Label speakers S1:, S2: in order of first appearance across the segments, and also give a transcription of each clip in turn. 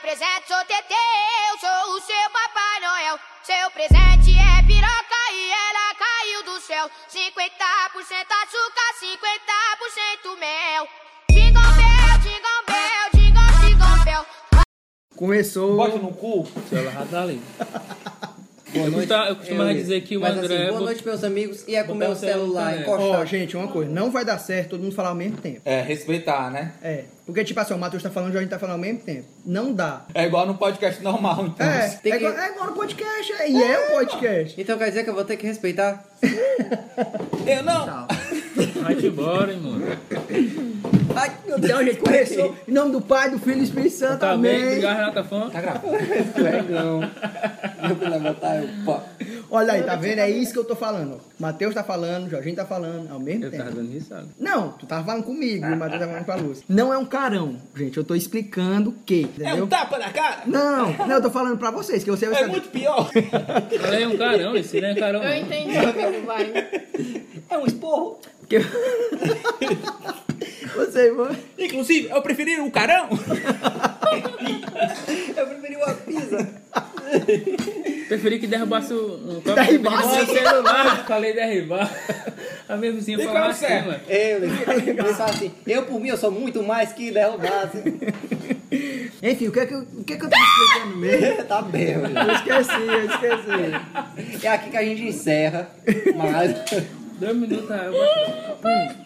S1: presente sou TT, eu sou o seu Papai Noel. Seu presente é piroca e ela caiu do céu. 50% açúcar, 50% mel. Jingle bell, jingle bell, jingle, jingle bell.
S2: Começou.
S3: Bote no cu, seu Radalin.
S4: Boa
S3: Eu custa- eu costumava
S4: ia.
S3: dizer que o
S4: Mas,
S3: André é
S4: assim, boa
S3: bot-
S4: noite, meus amigos. Ia com
S3: botar
S4: meu
S3: o celular,
S4: celular
S3: né?
S2: Ó,
S4: encostado.
S2: gente, uma coisa, não vai dar certo todo mundo falar ao mesmo tempo.
S5: É, respeitar, né?
S2: É. Porque, tipo assim, o Matheus tá falando e o Jorge tá falando ao mesmo tempo. Não dá.
S5: É igual no podcast normal, então.
S2: É,
S4: tem
S2: é,
S4: que-
S2: igual- é igual no podcast, é, e é, o podcast.
S4: Então quer dizer que eu vou ter que respeitar?
S5: Eu não.
S3: Vai-te embora, hein, mano.
S4: Ai, meu Deus.
S2: Então, gente, começou em nome do Pai, do Filho e do Espírito Santo,
S3: Tá bem?
S2: amém.
S3: Obrigado, Renata Fã.
S5: Tá gravando.
S4: Escorregão. Eu vou levantar, eu... Pô.
S2: Olha aí, tá vendo? É isso que eu tô falando. ó. Matheus tá falando, Jorginho tá falando, ao mesmo
S3: Eu
S2: tempo.
S3: tava dando risada.
S2: Não, tu tava falando comigo, o Matheus tava falando com a Luz. Não é um carão, gente. Eu tô explicando o quê,
S5: É
S2: entendeu?
S5: um tapa na cara?
S2: Não, não, eu tô falando pra vocês, que você vai
S5: É
S2: saber.
S5: muito pior.
S3: Falei um carão, esse não é carão.
S6: Eu
S3: não.
S6: entendi, Pedro, vai.
S5: É um esporro.
S2: que- Vocês vão.
S5: Inclusive, eu preferi um carão.
S4: Eu preferi uma pizza.
S3: Preferi que derrubasse o. o-
S2: Derribasse.
S3: o celular. Falei derribar. A minha vizinha
S5: E
S3: falou
S5: qual
S3: assim,
S5: que é?
S3: mano.
S4: Eu, eles falam assim, eu por mim, eu sou muito mais que derrubado.
S2: Enfim, o que é que, eu- o que, é que eu tô explicando mesmo?
S4: tá bem, olha.
S2: Eu esqueci, eu esqueci.
S4: É aqui que a gente encerra. Mas.
S3: Dois minutos, aí eu baixo.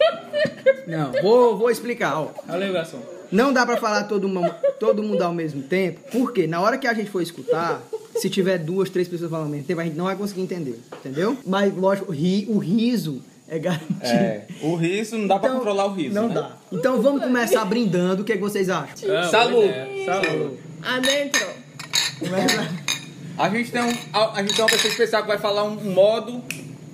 S2: Não, vou, vou explicar, ó.
S3: Valeu, garçom.
S2: Não dá pra falar todo, mu- todo mundo ao mesmo tempo, porque na hora que a gente for escutar, se tiver duas, três pessoas falando ao mesmo tempo, a gente não vai conseguir entender, entendeu? Mas, lógico, ri, o riso é garantido.
S5: É, o riso, não dá pra
S2: Então,
S5: controlar o riso,
S2: Não
S5: né?
S2: dá. Então vamos começar brindando, o que, é que vocês acham?
S3: Ah,
S5: Salud.
S3: pois é. Salud.
S6: Adentro.
S5: A gente tem um, a, a gente tem uma pessoa especial que vai falar um modo,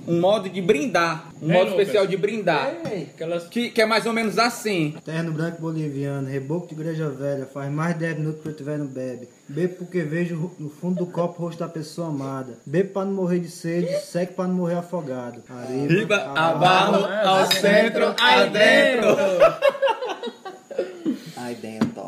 S5: um modo de brindar, um
S3: É,
S5: modo
S3: Lucas?
S5: especial de brindar,
S3: Aquelas.
S5: que, que é mais ou menos assim.
S7: Terno branco boliviano, reboco de igreja velha, faz mais de 10 minutos que eu tiver não bebe. Bebo porque vejo ro- no fundo do copo o rosto da pessoa amada. Bebo pra não morrer de sede, segue pra não morrer afogado. Arriba,
S5: Riba,
S7: abaixo.
S5: abaixo, ao centro, adentro.
S4: Ai, dentro.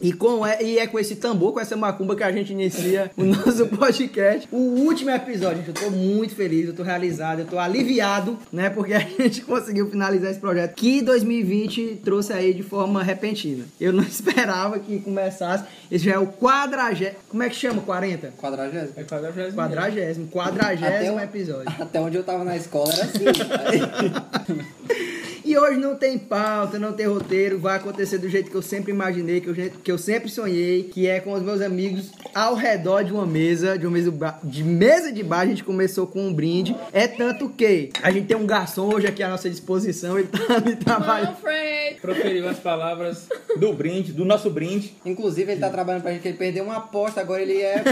S2: E, com, é- e é com esse tambor, com essa macumba que a gente inicia o nosso podcast. O último episódio, gente. Eu tô muito feliz, eu tô realizado, eu tô aliviado, né? Porque a gente conseguiu finalizar esse projeto que 2020 trouxe aí de forma repentina. Eu não esperava que começasse. Esse já é o quadragésimo. Como é que chama? 40?
S4: Quadragésimo.
S3: É quadragésimo.
S2: Quadragésimo. Quadragésimo
S4: Até o-
S2: episódio.
S4: Até onde eu tava na escola era assim.
S2: E hoje não tem pauta, não tem roteiro, vai acontecer do jeito que eu sempre imaginei, que eu, je- que eu sempre sonhei, que é com os meus amigos ao redor de uma mesa, de uma mesa ba- de mesa de bar, a gente começou com um brinde. É tanto que a gente tem um garçom hoje aqui à nossa disposição, ele tá ali trabalhando.
S6: Manfred.
S3: Proferiu as
S4: É,
S3: palavras.
S5: Do brinde, do nosso brinde.
S4: Inclusive, ele tá trabalhando pra gente, que ele perdeu uma aposta, agora ele é.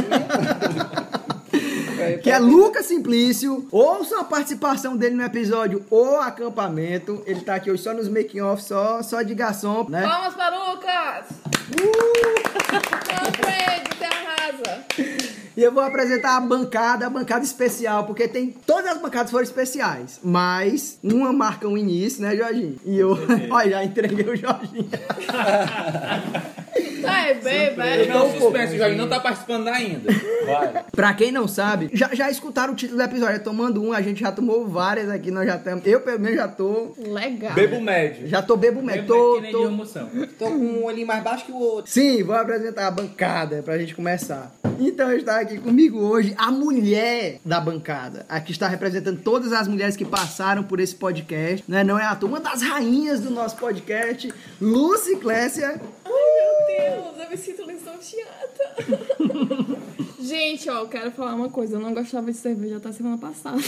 S2: Que é Lucas Simplício. Ouçam a participação dele no episódio O Acampamento. Ele tá aqui hoje só nos making-off, só, só de garçom, né? Uh!
S6: Palmas para o Lucas. Manfred, você arrasa.
S2: E eu vou apresentar a bancada, a bancada especial, porque tem todas as bancadas foram especiais, mas uma marca um início, né, Jorginho? E eu, olha, já entreguei o Jorginho.
S6: Sai bem, velho.
S5: Não, suspense, Jorge, não tá participando ainda. Vai.
S2: pra quem não sabe, já, já escutaram o título do episódio, é tomando um, a gente já tomou várias aqui, nós já estamos, eu pelo menos já tô,
S6: Legal.
S5: Bebo médio.
S2: já tô bebo mesmo, tô,
S3: Bebo é que nem de
S2: tô...
S3: emoção.
S4: Tô com um olhinho mais baixo que o outro.
S2: Sim, vou apresentar a bancada pra gente começar. Então está aqui comigo hoje a mulher da bancada. Aqui está representando todas as mulheres que passaram por esse podcast, né? Não é à toa, uma das rainhas do nosso podcast, Lucy Clécia.
S6: Ai, meu Deus, eu me sinto lisonjeada. Gente, ó, eu quero falar uma coisa. Eu não gostava de cerveja até semana passada.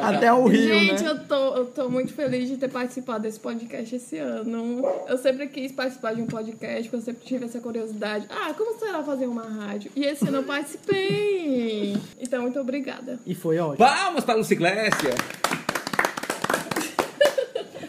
S2: Até o Rio,
S6: Gente,
S2: né?
S6: eu, tô, eu tô muito feliz de ter participado desse podcast esse ano. Eu sempre quis participar de um podcast, porque eu sempre tive essa curiosidade. Ah, como será fazer uma rádio? E esse ano eu participei. Então, muito obrigada.
S2: E foi ótimo.
S5: Palmas para Luciclésia.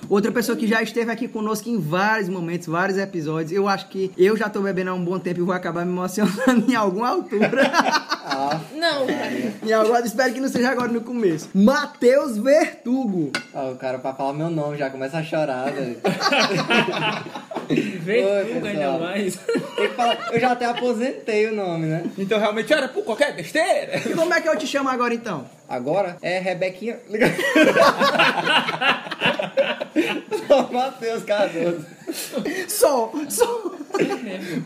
S2: Outra pessoa que já esteve aqui conosco em vários momentos, vários episódios. Eu acho que eu já tô bebendo há um bom tempo e vou acabar me emocionando em alguma altura.
S6: Não, cara.
S2: e agora espero que não seja agora no começo. Matheus Vertugo.
S4: Ó, o cara, pra falar meu nome, já começa a chorar, velho. Oi,
S3: Verruga ainda
S4: pessoal.
S3: mais.
S4: Tem que falar. Eu já até aposentei o nome, né?
S5: Então realmente era por qualquer besteira.
S2: E como é que eu te chamo agora então?
S4: Agora é Rebequinha. Só Matheus Cardoso.
S2: Só, só.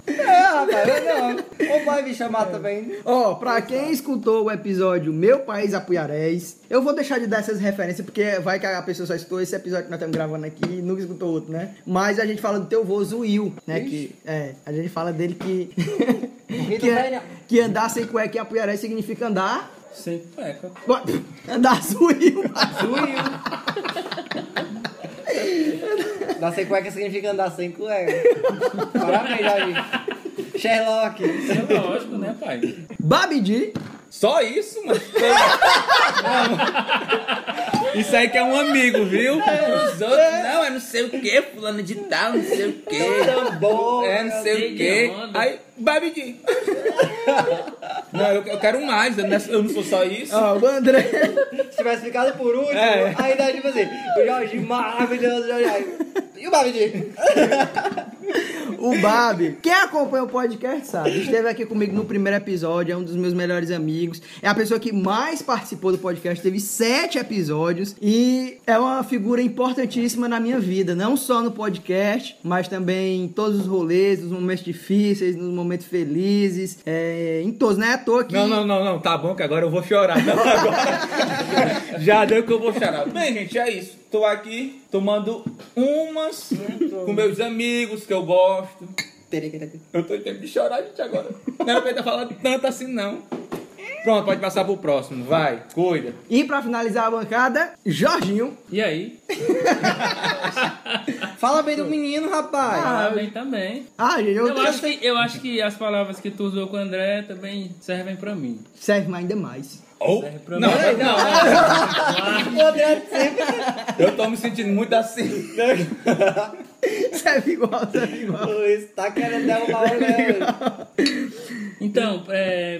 S4: É, rapaz, não. Ou vai me chamar também.
S2: Ó, pra quem escutou o episódio Meu País Apuiarés, eu vou deixar de dar essas referências, porque vai que a pessoa só escutou esse episódio que nós estamos gravando aqui e nunca escutou outro, né? Mas a gente fala do teu vô Zuil, né? Que, é, a gente fala dele que. que, é,
S4: velho.
S2: que andar sem cueca em Apuiarés significa andar.
S3: Sem cueca.
S2: Andar Zuil.
S4: Suiu. Andar sem cueca significa andar sem cueca. Parabéns, Davi. Sherlock.
S3: É lógico, né, pai?
S2: Babidi.
S5: Só isso, mano. Isso aí que é um amigo, viu?
S3: Os outros, não, é não sei o que, fulano de tal, não sei o que.
S4: Tá bom.
S5: É, não sei o quê. Aí, babidi. Não, eu, eu quero mais, eu não, eu não sou só isso.
S2: Ó, o André.
S4: Se tivesse ficado por último,
S5: É.
S4: aí dá tipo assim, o Jorge maravilhoso, Jorge. aí, E o Babidi?
S2: O Babi. Quem acompanha o podcast sabe. Esteve aqui comigo no primeiro episódio, é um dos meus melhores amigos. É a pessoa que mais participou do podcast, teve sete episódios. E é uma figura importantíssima na minha vida. Não só no podcast, mas também em todos os rolês, nos momentos difíceis, nos momentos felizes. é, em todos, não é à toa que.
S5: Não, não, não, não, tá bom que agora eu vou chorar. Não, agora já deu que eu vou chorar. Bem, gente, é isso. Tô aqui tomando umas com meus amigos que eu gosto. Eu tô em tempo de chorar, gente, agora. Não era pra eu estar falando tanto assim, não. Pronto, pode passar pro próximo. Vai, cuida.
S2: E pra finalizar a bancada, Jorginho.
S3: E aí?
S4: Fala bem do menino, rapaz.
S3: Ah, bem também.
S2: Ah, gente, eu,
S3: Eu acho, que, eu acho que as palavras que tu usou com o André também servem pra mim.
S2: Serve ainda mais.
S5: Oh.
S3: Serve pra
S5: Não, não,
S3: mim.
S5: não,
S4: O André sempre
S5: eu tô me sentindo muito assim.
S2: Serve igual, serve igual.
S4: Luiz, tá querendo derrubar o Léo.
S3: Então, é,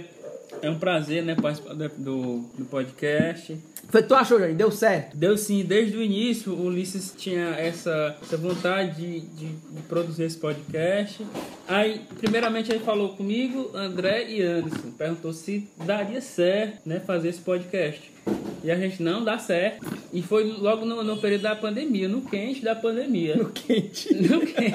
S3: é um prazer, né, participar do, do do podcast.
S2: Foi o que tu achou, Jorginho? Deu certo?
S3: Deu sim, desde o início o Ulisses tinha essa, essa vontade de, de- de produzir esse podcast. Aí, primeiramente, ele falou comigo, André e Anderson. Perguntou se daria certo né, fazer esse podcast. E a gente não dá certo. E foi logo no, no período da pandemia, no quente da pandemia. No quente. No quente.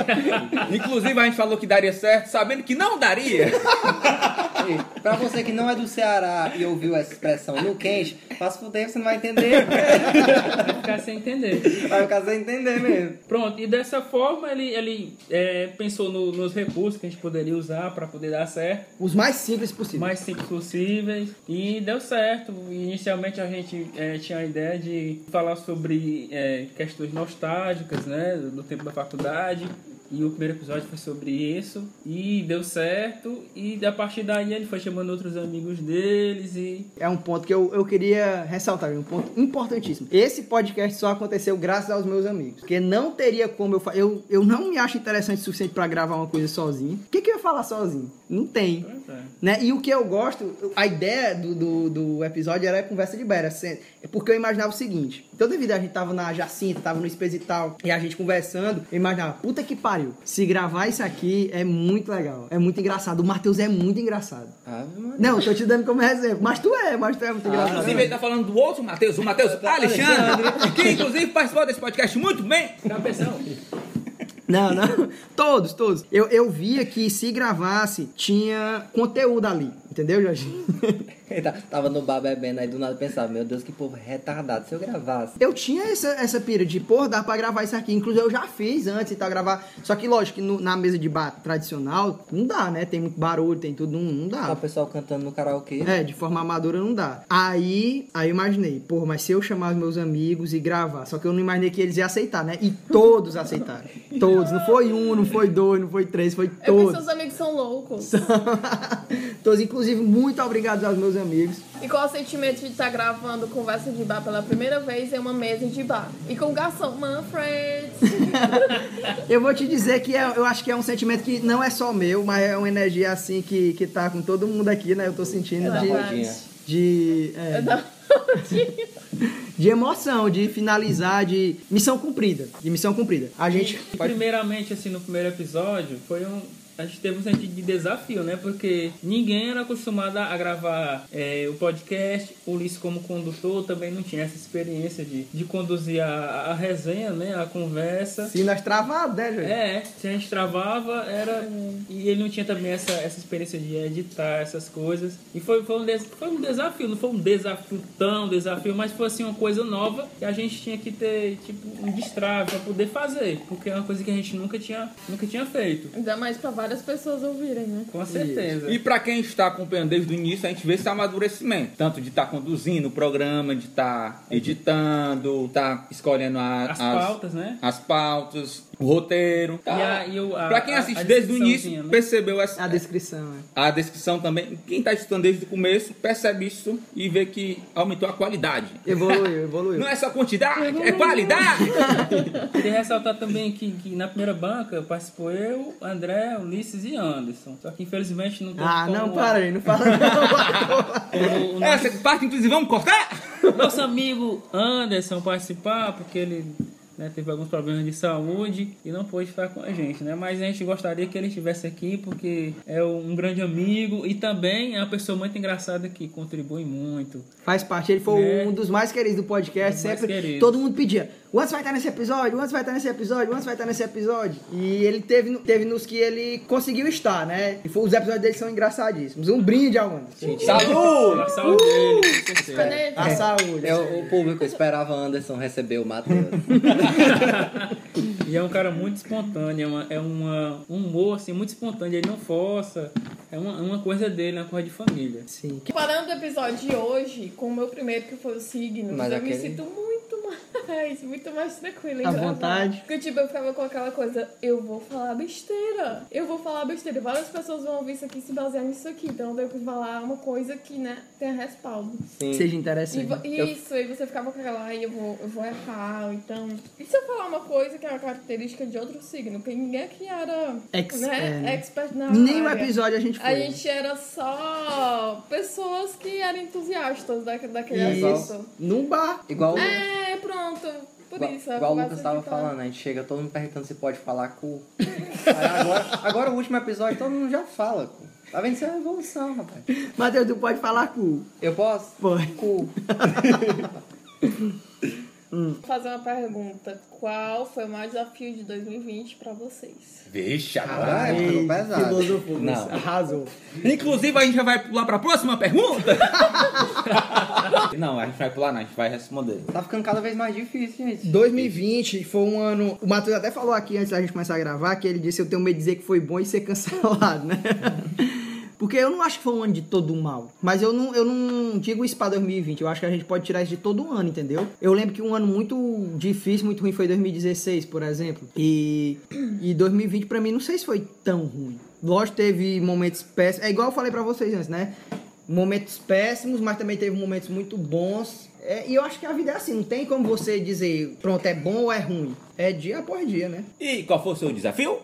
S5: Inclusive, a gente falou que daria certo, sabendo que não daria.
S4: Ei, Pra você que não é do Ceará e ouviu essa expressão no quente, passa por tempo, você não vai entender.
S3: Vai ficar sem entender.
S4: Vai ficar sem entender mesmo.
S3: Pronto, e dessa forma ele, ele é, pensou no- nos recursos que a gente poderia usar para poder dar certo,
S2: Os mais simples possível.
S3: mais simples possíveis, e deu certo. Inicialmente a gente é, tinha a ideia de falar sobre é, questões nostálgicas, né, do tempo da faculdade, e o primeiro episódio foi sobre isso, e deu certo, e a partir daí ele foi chamando outros amigos deles, e
S2: É um ponto que eu, eu queria ressaltar, um ponto importantíssimo. Esse podcast só aconteceu graças aos meus amigos, porque não teria como eu fa- eu eu não me acho interessante o suficiente pra gravar uma coisa sozinho. O que, que eu ia falar sozinho? Não tem. Né? E o que eu gosto, a ideia do, do, do episódio era a conversa de beira, se- porque eu imaginava o seguinte: toda vida a gente tava na Jacinta, tava no Espesital e a gente conversando, eu imaginava, puta que pariu, se gravar isso aqui é muito legal, é muito engraçado. O Matheus é muito engraçado. Não, tô te dando como exemplo, mas tu é, mas tu é muito engraçado.
S5: Inclusive, ele tá falando do outro Matheus, o Matheus
S3: Tá
S5: Alexandre, que inclusive participou desse podcast muito bem.
S3: cabeção.
S2: Não, não. Todos, todos. Eu, eu via que se gravasse, tinha conteúdo ali. Entendeu, Jorginho?
S4: Ele tá- Tava no bar bebendo, aí do nada eu pensava, meu Deus, que povo retardado. Se eu gravasse,
S2: Eu tinha essa, essa pira de, pô, dá pra gravar isso aqui. Inclusive, eu já fiz antes e tal, gravar. Só que, lógico, que no- na mesa de bar tradicional, não dá, né? Tem muito barulho, tem tudo, não, não
S4: tá
S2: dá.
S4: o pessoal cantando no karaokê.
S2: É, de forma amadora não dá. Aí, aí eu imaginei, pô, mas se eu chamar os meus amigos e gravar, só que eu não imaginei que eles iam aceitar, né? E todos aceitaram. Todos. Não foi um, não foi dois, não foi três, foi
S6: É porque
S2: todos.
S6: seus amigos são loucos.
S2: Todos, inclusive, muito obrigado aos meus amigos.
S6: E qual o sentimento de estar gravando conversa de bar pela primeira vez em uma mesa de bar? E com o garçom Manfred.
S2: Eu vou te dizer que é- eu acho que é um sentimento que não é só meu, mas é uma energia assim que, que tá com todo mundo aqui, né? Eu tô sentindo
S4: da
S2: de.
S4: rodinha.
S2: de é,
S6: É da-
S2: de emoção, de finalizar, de missão cumprida. De missão cumprida. A gente.
S3: E, primeiramente, assim, no primeiro episódio, foi um. A gente teve um sentido de desafio, né? Porque ninguém era acostumado a gravar é, o podcast, o Ulisses como condutor também não tinha essa experiência de, de conduzir a, a resenha, né? A conversa.
S2: Se nós travados, né, gente?
S3: É, se a gente travava, era. E ele não tinha também essa, essa experiência de editar essas coisas. E foi, foi, um des- foi um desafio, não foi um desafio tão desafio, mas foi assim uma coisa nova que a gente tinha que ter, tipo, um destrave pra poder fazer. Porque é uma coisa que a gente nunca tinha, nunca tinha feito.
S6: Ainda mais pra várias pessoas ouvirem, né?
S3: Com certeza.
S5: E pra quem está acompanhando desde o início, a gente vê esse amadurecimento. Tanto de estar conduzindo o programa, de estar editando, estar escolhendo a-
S3: as pautas, né?
S5: as pautas, o roteiro. tá?
S3: E a- e o- a-
S5: pra quem
S3: a-
S5: assiste
S3: a
S5: desde o início,
S3: descriçãozinha, né?
S5: percebeu essa,
S2: A descrição, é.
S5: a descrição também. Quem tá estudando desde o começo, percebe isso e vê que aumentou a qualidade.
S2: Evoluiu, evoluiu.
S5: Não é só quantidade, é qualidade!
S3: Queria ressaltar também que, que na primeira banca participou eu, André, Ulisses e Anderson. Só que infelizmente não teve
S2: Ah,
S3: como-
S2: não, para aí, não fala não.
S3: como o
S5: Essa parte, inclusive, vamos cortar?
S3: nosso amigo Anderson participar, porque ele né, teve alguns problemas de saúde e não pôde estar com a gente, né? Mas a gente gostaria que ele estivesse aqui, porque é um grande amigo e também é uma pessoa muito engraçada que contribui muito.
S2: Faz parte, ele foi
S3: É.
S2: um dos mais queridos do podcast,
S3: Um dos mais
S2: sempre
S3: queridos.
S2: todo mundo pedia, o Antes vai estar nesse episódio, o Antes vai estar nesse episódio, o Antes vai estar nesse episódio. E ele teve, no- teve nos que ele conseguiu estar, né? E foi- os episódios dele são engraçadíssimos. Um brinde ao Anderson.
S4: É,
S3: Pela saúde dele, com certeza.
S6: Quando-
S2: A saúde.
S4: Eu- É, o público esperava Anderson receber o Matheus.
S3: E é um cara muito espontâneo, é, uma, é uma- um humor assim, muito espontâneo, ele não força. É uma, uma coisa dele, é uma coisa de família.
S2: Sim.
S6: Comparando o episódio de hoje com o meu primeiro, que foi o Signos,
S4: Mas
S6: eu
S4: aquele-
S6: me sinto muito mais, muito mais tranquila. em
S2: À
S6: gravar.
S2: vontade.
S6: Porque, tipo, eu ficava com aquela coisa, eu vou falar besteira, eu vou falar besteira. Várias pessoas vão ouvir isso aqui e se basear nisso aqui. Então, eu tenho que falar uma coisa que, né, tenha respaldo.
S2: Seja
S6: E
S2: interessante.
S6: vo- Isso, e você ficava com aquela, ai, eu vou, eu vou errar, então... E se eu falar uma coisa que é uma característica de outro signo? Porque ninguém aqui era,
S2: Ex- é,
S6: né,
S2: né?
S6: expert na
S2: Nem o
S6: área.
S2: episódio a gente foi.
S6: A gente era só pessoas que eram entusiastas da, daquele
S2: Isso.
S6: assunto.
S2: Num bar.
S4: Igual,
S6: É, pronto. Por
S4: igual,
S6: isso. a
S4: igual o
S6: conversa
S4: Lucas tava
S6: que tá-
S4: falando, a gente chega todo mundo perguntando se pode falar cu. Aí agora, agora o último episódio todo mundo já fala cu. Tá vendo? Isso é uma evolução, rapaz.
S2: Matheus, tu pode falar cu.
S4: Eu posso?
S2: Pode.
S4: Cu.
S6: Vou Fazer uma pergunta. Qual foi o maior desafio de 2020 pra vocês?
S5: Vixe,
S4: Ah, é, ficou
S2: Ei,
S4: pesado.
S2: Filosofou,
S4: Não.
S2: arrasou.
S5: Inclusive, a gente já vai pular pra próxima pergunta? não, a gente vai pular, não, a gente vai responder.
S4: Tá ficando cada vez mais difícil, gente.
S2: 2020 foi um ano. O Matheus até falou aqui antes da gente começar a gravar que ele disse: Eu tenho medo de dizer que foi bom e ser cancelado, né? Porque eu não acho que foi um ano de todo mal. Mas eu não, eu não digo isso pra 2020. Eu acho que a gente pode tirar isso de todo um ano, entendeu? Eu lembro que um ano muito difícil, muito ruim foi 2016, por exemplo. E, e 2020 pra mim não sei se foi tão ruim. Lógico, teve momentos péssimos. É igual eu falei pra vocês antes, né? momentos péssimos, mas também teve momentos muito bons. É, e eu acho que a vida é assim, não tem como você dizer, pronto, é bom ou é ruim. É dia após dia, né?
S5: E qual foi o seu desafio?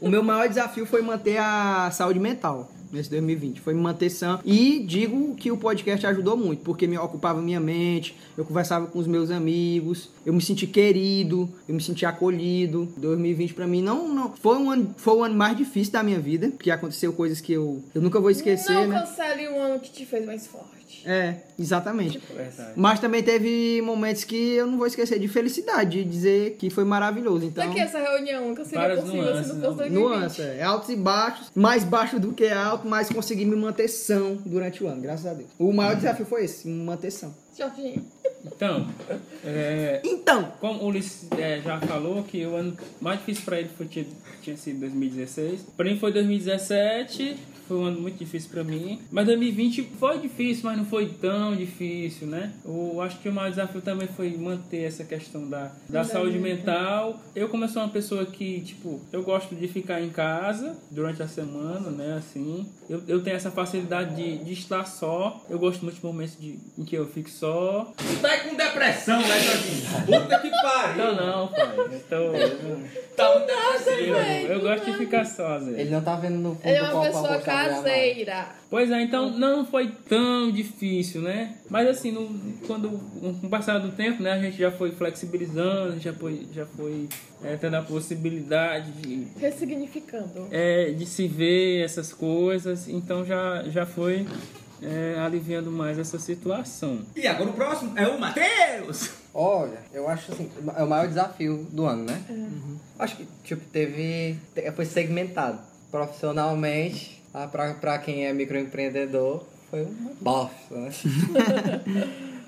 S2: O meu maior desafio foi manter a saúde mental nesse 2020, foi me manter sã. E digo que o podcast ajudou muito, porque me ocupava minha mente, eu conversava com os meus amigos, eu me senti querido, eu me senti acolhido. 2020 pra mim não, não foi um ano, foi o ano mais difícil da minha vida, porque aconteceu coisas que eu, eu nunca vou esquecer,
S6: Não
S2: né?
S6: cancele o ano que te fez mais forte.
S2: É, exatamente.
S3: Verdade.
S2: Mas também teve momentos que eu não vou esquecer de felicidade, de dizer que foi maravilhoso.
S6: Então,
S2: Então,
S6: aqui essa reunião, cancelei
S3: Várias
S6: possível se assim, não
S3: nuances, né?
S6: fosse 2020.
S2: nuance, é, altos e baixos, mais baixo do que alto, mas consegui me manter são durante o ano, graças a Deus. O maior desafio foi esse, me manter são.
S6: Jorginho.
S3: Então, é,
S2: Então,
S3: Como o Ulisses é, já falou, que o ano mais difícil pra ele foi, tinha, tinha sido 2016. Pra mim foi 2017, foi um ano muito difícil pra mim. Mas 2020 foi difícil, mas não foi tão difícil, né? Eu acho que o maior desafio também foi manter essa questão da, da saúde mental. Eu, como eu sou uma pessoa que, tipo, eu gosto de ficar em casa durante a semana, né? Assim, eu, eu tenho essa facilidade de, de estar só. Eu gosto muito de momentos de, em que eu fico só.
S5: Tu tá com depressão, né, Jorginho? Puta que pariu!
S3: Não, não, pai. Eu, tô- eu,
S5: Tá muito depressivo.
S3: eu gosto de ficar só, Zé.
S4: Ele não tá vendo no fundo
S6: Ele é
S4: do
S6: uma
S4: copo a
S6: pessoa
S4: boca
S6: caseira.
S3: Pois é, então não foi tão difícil, né? Mas assim, no- quando com o passar do tempo, né, a gente já foi flexibilizando, a gente já foi, já foi é, tendo a possibilidade de,
S6: Ressignificando.
S3: é, de se ver essas coisas, então já, já foi é, aliviando mais essa situação.
S5: E agora o próximo é o Matheus!
S4: Olha, eu acho assim, é o maior desafio do ano, né?
S6: É.
S2: Uhum.
S4: Acho que, tipo, teve. te- Foi segmentado. Profissionalmente, ah, pra, pra quem é microempreendedor, foi uma bosta, né?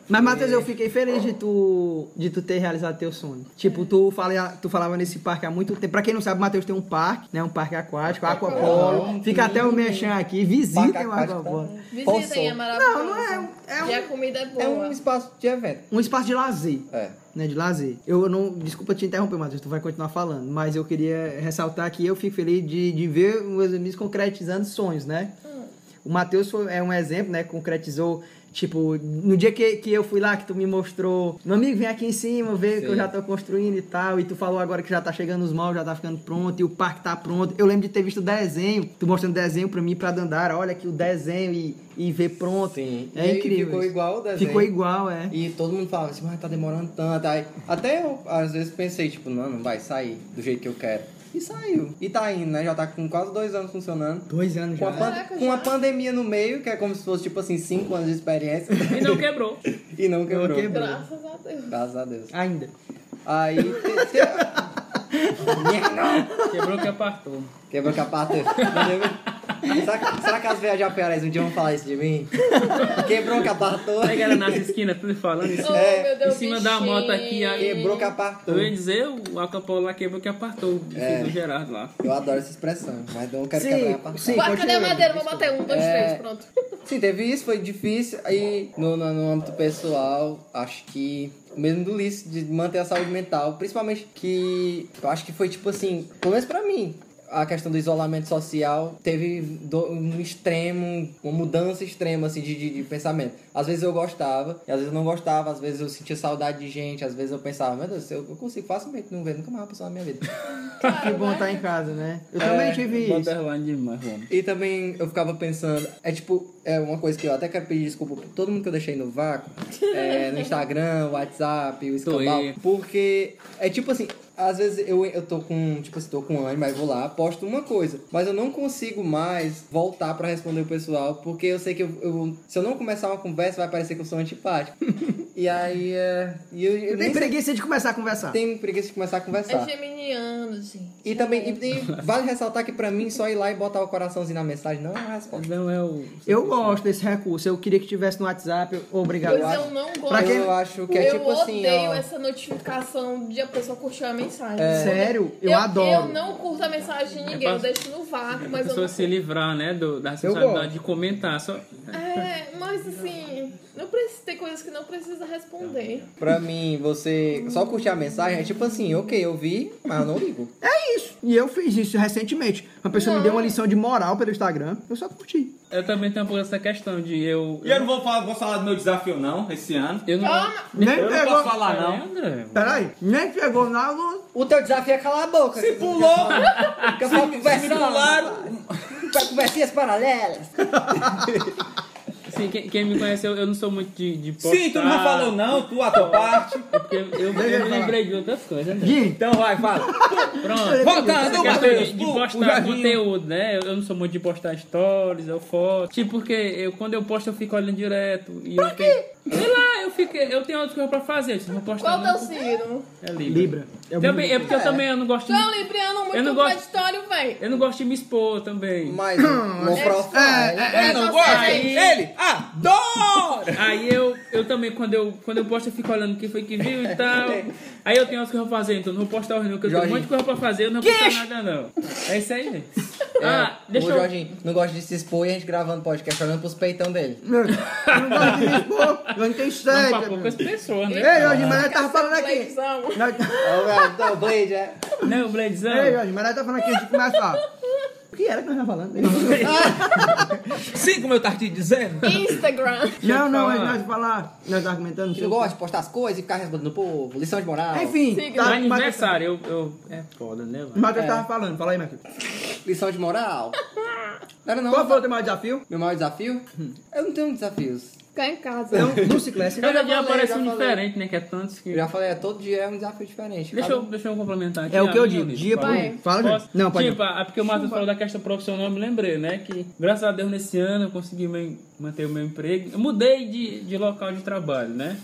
S2: Mas, Matheus, eu fiquei feliz de tu, de tu ter realizado teu sonho.
S4: É.
S2: Tipo, tu, fala, tu falava nesse parque há muito tempo. Pra quem não sabe, Matheus tem um parque, né? Um parque aquático, Aquapolo. Fica até o Mechan aqui. Visitem o
S4: Parque aquático tá?
S2: Aquapolo.
S6: Visitem, é
S4: Posso?
S6: maravilhoso.
S2: Não, não é um- é um-
S6: E a comida é
S4: É um
S6: boa.
S4: espaço de evento.
S2: Um espaço de lazer.
S4: É.
S2: né, de lazer. Eu não. Desculpa te interromper, Matheus, tu vai continuar falando, mas eu queria ressaltar que eu fico feliz de, de ver meus amigos concretizando sonhos, né?
S4: Hum.
S2: O Matheus foi- é um exemplo, né? Concretizou, tipo, no dia que, que eu fui lá, que tu me mostrou, meu amigo, vem aqui em cima, vê que eu já tô construindo e tal. E tu falou agora que já tá chegando os maus, já tá ficando pronto, e o parque tá pronto. Eu lembro de ter visto o desenho, tu mostrando desenho pra mim e pra Dandara, olha aqui o desenho e, e ver pronto.
S4: Sim.
S2: É
S4: E- e
S2: incrível.
S4: ficou
S2: isso.
S4: igual o desenho.
S2: Ficou igual, é.
S4: E todo mundo falava assim, mas tá demorando tanto. Aí, até eu, às vezes, pensei, tipo, não, não vai sair do jeito que eu quero. E saiu. E tá indo, né? Já tá com quase dois anos funcionando.
S2: Dois anos
S4: Com, a
S2: já.
S4: pan-
S6: Caraca,
S4: com
S6: já?
S4: a pandemia no meio, que é como se fosse, tipo assim, cinco anos de experiência.
S3: E não quebrou.
S4: e não quebrou.
S2: quebrou.
S6: Graças a Deus.
S4: Graças a Deus.
S2: Ainda.
S4: Aí. te- te- Minha não!
S3: Quebrou que apartou.
S4: Quebrou com a pata. Entendeu? Será que, será que as velhas japearás um dia vão falar isso de mim? Quebrou com a pata.
S3: Aí ela nas esquinas, tudo falando isso.
S6: Oh,
S4: É,
S6: meu Deus,
S3: em cima da
S6: bichinho.
S3: moto aqui, aí-
S4: Quebrou com a pata.
S3: Eu ia dizer, o Acapolo lá quebrou que apartou o filho do Gerardo lá.
S4: Eu adoro essa expressão, mas não quero
S2: Sim,
S4: quebrar a pata.
S2: sim.
S6: Ué, cadê
S2: continua,
S6: a madeira? Vou bater um, dois,
S4: É.
S6: três, pronto.
S4: Sim, teve isso, foi difícil. Aí, no, no, no âmbito pessoal, acho que o mesmo do Liz, de manter a saúde mental, principalmente que eu acho que foi tipo assim, pelo menos pra mim. A questão do isolamento social teve do- um extremo, uma mudança extrema assim, de, de, de pensamento. Às vezes eu gostava, e às vezes eu não gostava, às vezes eu sentia saudade de gente, às vezes eu pensava, meu Deus, eu, eu consigo facilmente não ver nunca mais uma pessoa na minha vida.
S2: Que bom estar em casa, né? Eu também tive isso.
S3: Borderline demais, mano.
S4: E também eu ficava pensando, é tipo, é uma coisa que eu até quero pedir desculpa pra todo mundo que eu deixei no vácuo, é, no Instagram, WhatsApp, o escambau,
S3: Twitter.
S4: porque é tipo assim, às vezes eu, eu tô com, tipo assim, tô com ânimo, aí vou lá, posto uma coisa, mas eu não consigo mais voltar pra responder o pessoal, porque eu sei que eu, eu- se eu não começar uma conversa, vai parecer que eu sou antipático. e aí, é, e eu, eu
S2: Eu
S4: nem
S2: tenho
S4: sei,
S2: preguiça de começar a conversar.
S4: tenho preguiça de começar a conversar.
S6: É geminiano, gente.
S4: E também, e- e vale ressaltar que pra mim, só ir lá e botar o coraçãozinho na mensagem não é uma resposta.
S3: Não é o.
S2: Eu gosto desse recurso. Eu queria que tivesse no WhatsApp. Eu- Obrigado.
S6: Pois eu não
S2: Pra
S6: gosto.
S2: quem-
S4: Eu acho que é
S6: eu
S4: tipo assim,
S6: odeio
S4: ó. É.
S6: essa notificação de a pessoa curtir a mensagem.
S2: É, Sério, eu, adoro.
S6: Eu não curto a mensagem de ninguém,
S3: pra-
S6: eu deixo no vácuo,
S3: A
S6: mas eu
S3: pessoa
S6: não...
S3: se livrar, né, do, da responsabilidade
S2: gosto.
S3: de comentar. Só...
S6: É, mas assim, não precisa, tem coisas que não precisa responder.
S4: Pra mim, você só curtir a mensagem é tipo assim, ok, eu vi, mas eu não ligo.
S2: É isso. E eu fiz isso recentemente. Uma pessoa me deu uma lição de moral pelo Instagram. Eu só curti.
S3: Eu também tenho um pouco essa questão de eu.
S5: E eu não vou falar, vou falar do meu desafio, não, esse ano.
S3: Eu não. Ah,
S2: Nem
S5: Eu
S3: É,
S5: não
S2: pegou.
S5: posso falar, Ah, não.
S3: André,
S2: Peraí, nem pegou na luz.
S4: O teu desafio é calar a boca.
S5: Se pulou,
S4: Fica só
S5: se
S4: conversando.
S5: pularam.
S4: Pra conversinhas paralelas.
S3: assim, quem, quem me conhece, eu, eu não sou muito de, de postar.
S5: Sim, tu não tá falou não, tu a tua parte.
S3: É porque eu, eu me lembrei de outras coisas, né? André.
S2: Gui,
S5: Então vai, fala.
S3: Pronto.
S5: Voltando,
S3: Essa questão
S5: Matheus,
S3: de, de
S5: pro- pro
S3: postar
S5: Jardim.
S3: conteúdo, né? Eu, eu não sou muito de postar stories ou fotos. Tipo, porque eu, quando eu posto, eu fico olhando direto. E eu quê? Sei lá, eu, fico, eu tenho outras coisas pra fazer. Se não postar,
S6: Qual o teu
S3: não,
S6: signo?
S3: é livre.
S2: Libra. É
S3: Também, é porque eu também eu não gosto
S6: Tu
S3: de
S6: é um libriano
S3: Eu não
S6: muito
S3: gosto-
S6: contraditório, véi.
S3: Eu não gosto de me expor também.
S4: Mas não prof...
S3: É,
S5: Ele
S6: É
S5: É, não gosta, ele adora.
S3: Aí eu, eu também, quando eu, quando eu posto, eu fico olhando quem foi que viu e tal. Aí eu tenho as coisas pra fazer, então não vou postar hoje não, porque eu tenho um
S4: Jorginho.
S3: monte de coisa pra fazer, eu não vou postar nada não. É isso aí, gente.
S4: É,
S3: Ah, deixa
S4: o
S3: eu...
S4: Jorginho não gosta de se expor e a gente gravando podcast olhando pros peitão dele.
S2: Meu, eu não gosto de me expor. Eu não tenho
S3: Vamos
S2: sede.
S3: pra poucas pessoas, né?
S2: Ei, Jorge, mas nós tava falando aqui.
S6: Blazão.
S2: Nós-
S4: Ó, velho, então, Blade, é.
S3: Não, Bladzão.
S2: Ei, Jorge, mas nós tava falando aqui antes de começar. O que era que nós tava falando?
S5: Sim, assim como eu tava te dizendo.
S6: Instagram.
S2: Não, não,
S3: falar.
S2: nós falar. Nós tava argumentando.
S4: Que não gosta de postar as coisas e ficar respondendo o povo. Lição de moral.
S2: Enfim,
S6: Signo.
S3: Meu
S2: tá, Matheus
S3: aniversário, eu, eu... É foda, né, mano?
S2: Matheus tava falando, fala aí, Matheus.
S4: Lição de moral. Não era não.
S2: Qual foi o teu maior desafio?
S4: Meu maior desafio? Eu não tenho desafios.
S6: Ficar em casa.
S2: Então, no Ciclesse.
S3: Cada
S4: já
S3: dia
S4: falei,
S3: aparece
S4: já
S3: um
S4: falei.
S3: diferente, né? Que é tantos que.
S4: Eu já falei, é, todo dia é um desafio diferente.
S3: Deixa
S4: Cada-
S3: eu, deixa eu complementar aqui.
S2: É o
S3: a
S2: que eu
S3: minha
S2: digo.
S3: lista.
S2: Dia por
S6: Vai.
S2: um. Fala, Júnior.
S3: Posso?
S2: Não, pode.
S3: Tipo, ah, porque o Matheus falou da questão profissional, eu me lembrei, né? Que graças a Deus nesse ano eu consegui meu- manter o meu emprego. Eu mudei de, de local de trabalho, né?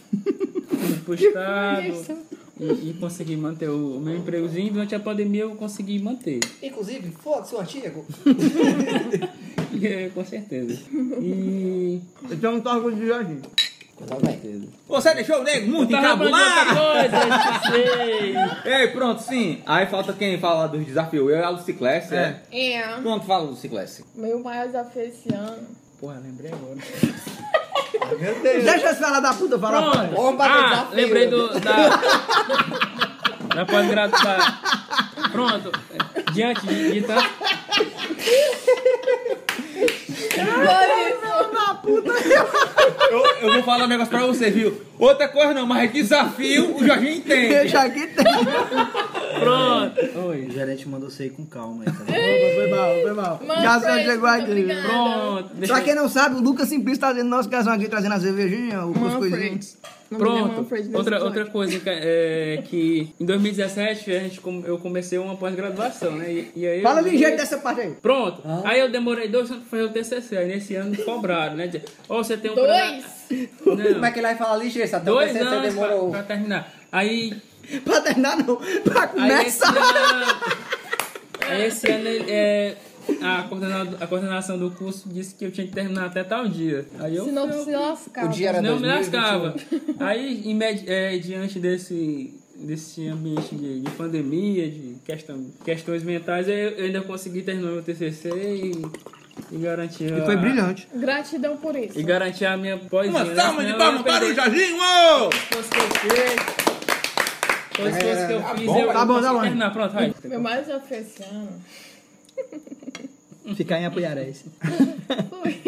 S3: Fui pro estado e, e consegui manter o, o meu empregozinho. Durante a pandemia eu consegui manter.
S4: um- Inclusive, foda-se o antigo.
S3: É, Com certeza. E.
S2: Então não tô orgulho de Jorginho.
S4: Tá bem.
S5: Você deixou o nego muito
S3: Tava falando de Tá outra
S5: encabulado!
S3: coisa, esqueci.
S5: Ei, pronto, sim. Aí falta quem fala dos desafios. Eu e a Luciclesse, é.
S6: É.
S5: Pronto, fala Luciclesse.
S6: Meu maior desafio é esse ano.
S3: Porra, lembrei agora.
S4: Meu Deus.
S2: Deixa esse filho da puta falar.
S3: Pronto.
S4: Vamos bater
S3: ah,
S4: desafio.
S3: lembrei do, da. da pós-graduação. Pronto. Diante de, de tanto.
S5: Eu, eu vou falar um negócio pra você, viu? Outra coisa não, mas desafio o Jorginho
S2: Eu
S5: entende.
S2: já aqui tem.
S3: Pronto.
S7: O gerente mandou você ir com calma aí, tá ligado?
S2: Foi mal, foi mal.
S6: Mano,
S2: Gasão
S6: Fred,
S2: chegou
S6: muito
S2: aqui.
S6: obrigada.
S3: Pronto. Deixa
S2: Pra
S3: eu-
S2: quem não sabe, o Lucas Simplício tá dentro do nosso casal aqui, trazendo a cervejinha, o cuscuzinho.
S6: Manfred. O nome dele é
S3: Pronto.
S6: Manfred nesse
S3: Outra,
S6: episódio.
S3: outra coisa que, é, que em 2017 a gente, com- eu comecei uma pós-graduação, né? E, e aí
S2: Fala
S3: eu,
S2: de jeito dessa parte
S4: assim.
S2: aí.
S3: Pronto.
S4: Ah.
S3: Aí eu demorei dois anos pra fazer o TCC. Aí nesse ano cobraram, né? Dizer, Ó, você tem um programa-
S6: Dois.
S4: Como é Então,
S3: Não,
S4: que ele vai falar ligeiro? Se até o
S3: dois
S4: PCC
S3: anos pra,
S4: demorou.
S3: pra terminar. Aí
S2: Pra terminar, não. Pra
S3: Aí esse
S2: começar.
S3: ano, aí esse ano ele, é, a, coordenado- a coordenação do curso disse que eu tinha que terminar até tal dia. Aí eu,
S6: Se não
S3: eu
S6: se lascar.
S4: O dia era
S3: não me
S4: 2021.
S3: lascava.
S5: um.
S3: Aí, em medi- é, diante desse, desse ambiente de, de pandemia, de questão, questões mentais, eu, eu ainda consegui terminar meu TCC e, e garantir a,
S2: Foi brilhante.
S6: Gratidão por isso.
S3: E garantir a minha né? pós
S2: né?
S5: Uma salva de palmas para o Jorginho! ô!
S3: Todas que eu fiz, todas as coisas que eu fiz,
S2: Tá bom,
S3: eu
S2: tá
S3: consegui
S2: bom.
S3: terminar. Pronto, vai.
S6: Meu maior desafio é esse ano
S2: Ficar em Apoiarés.
S6: foi,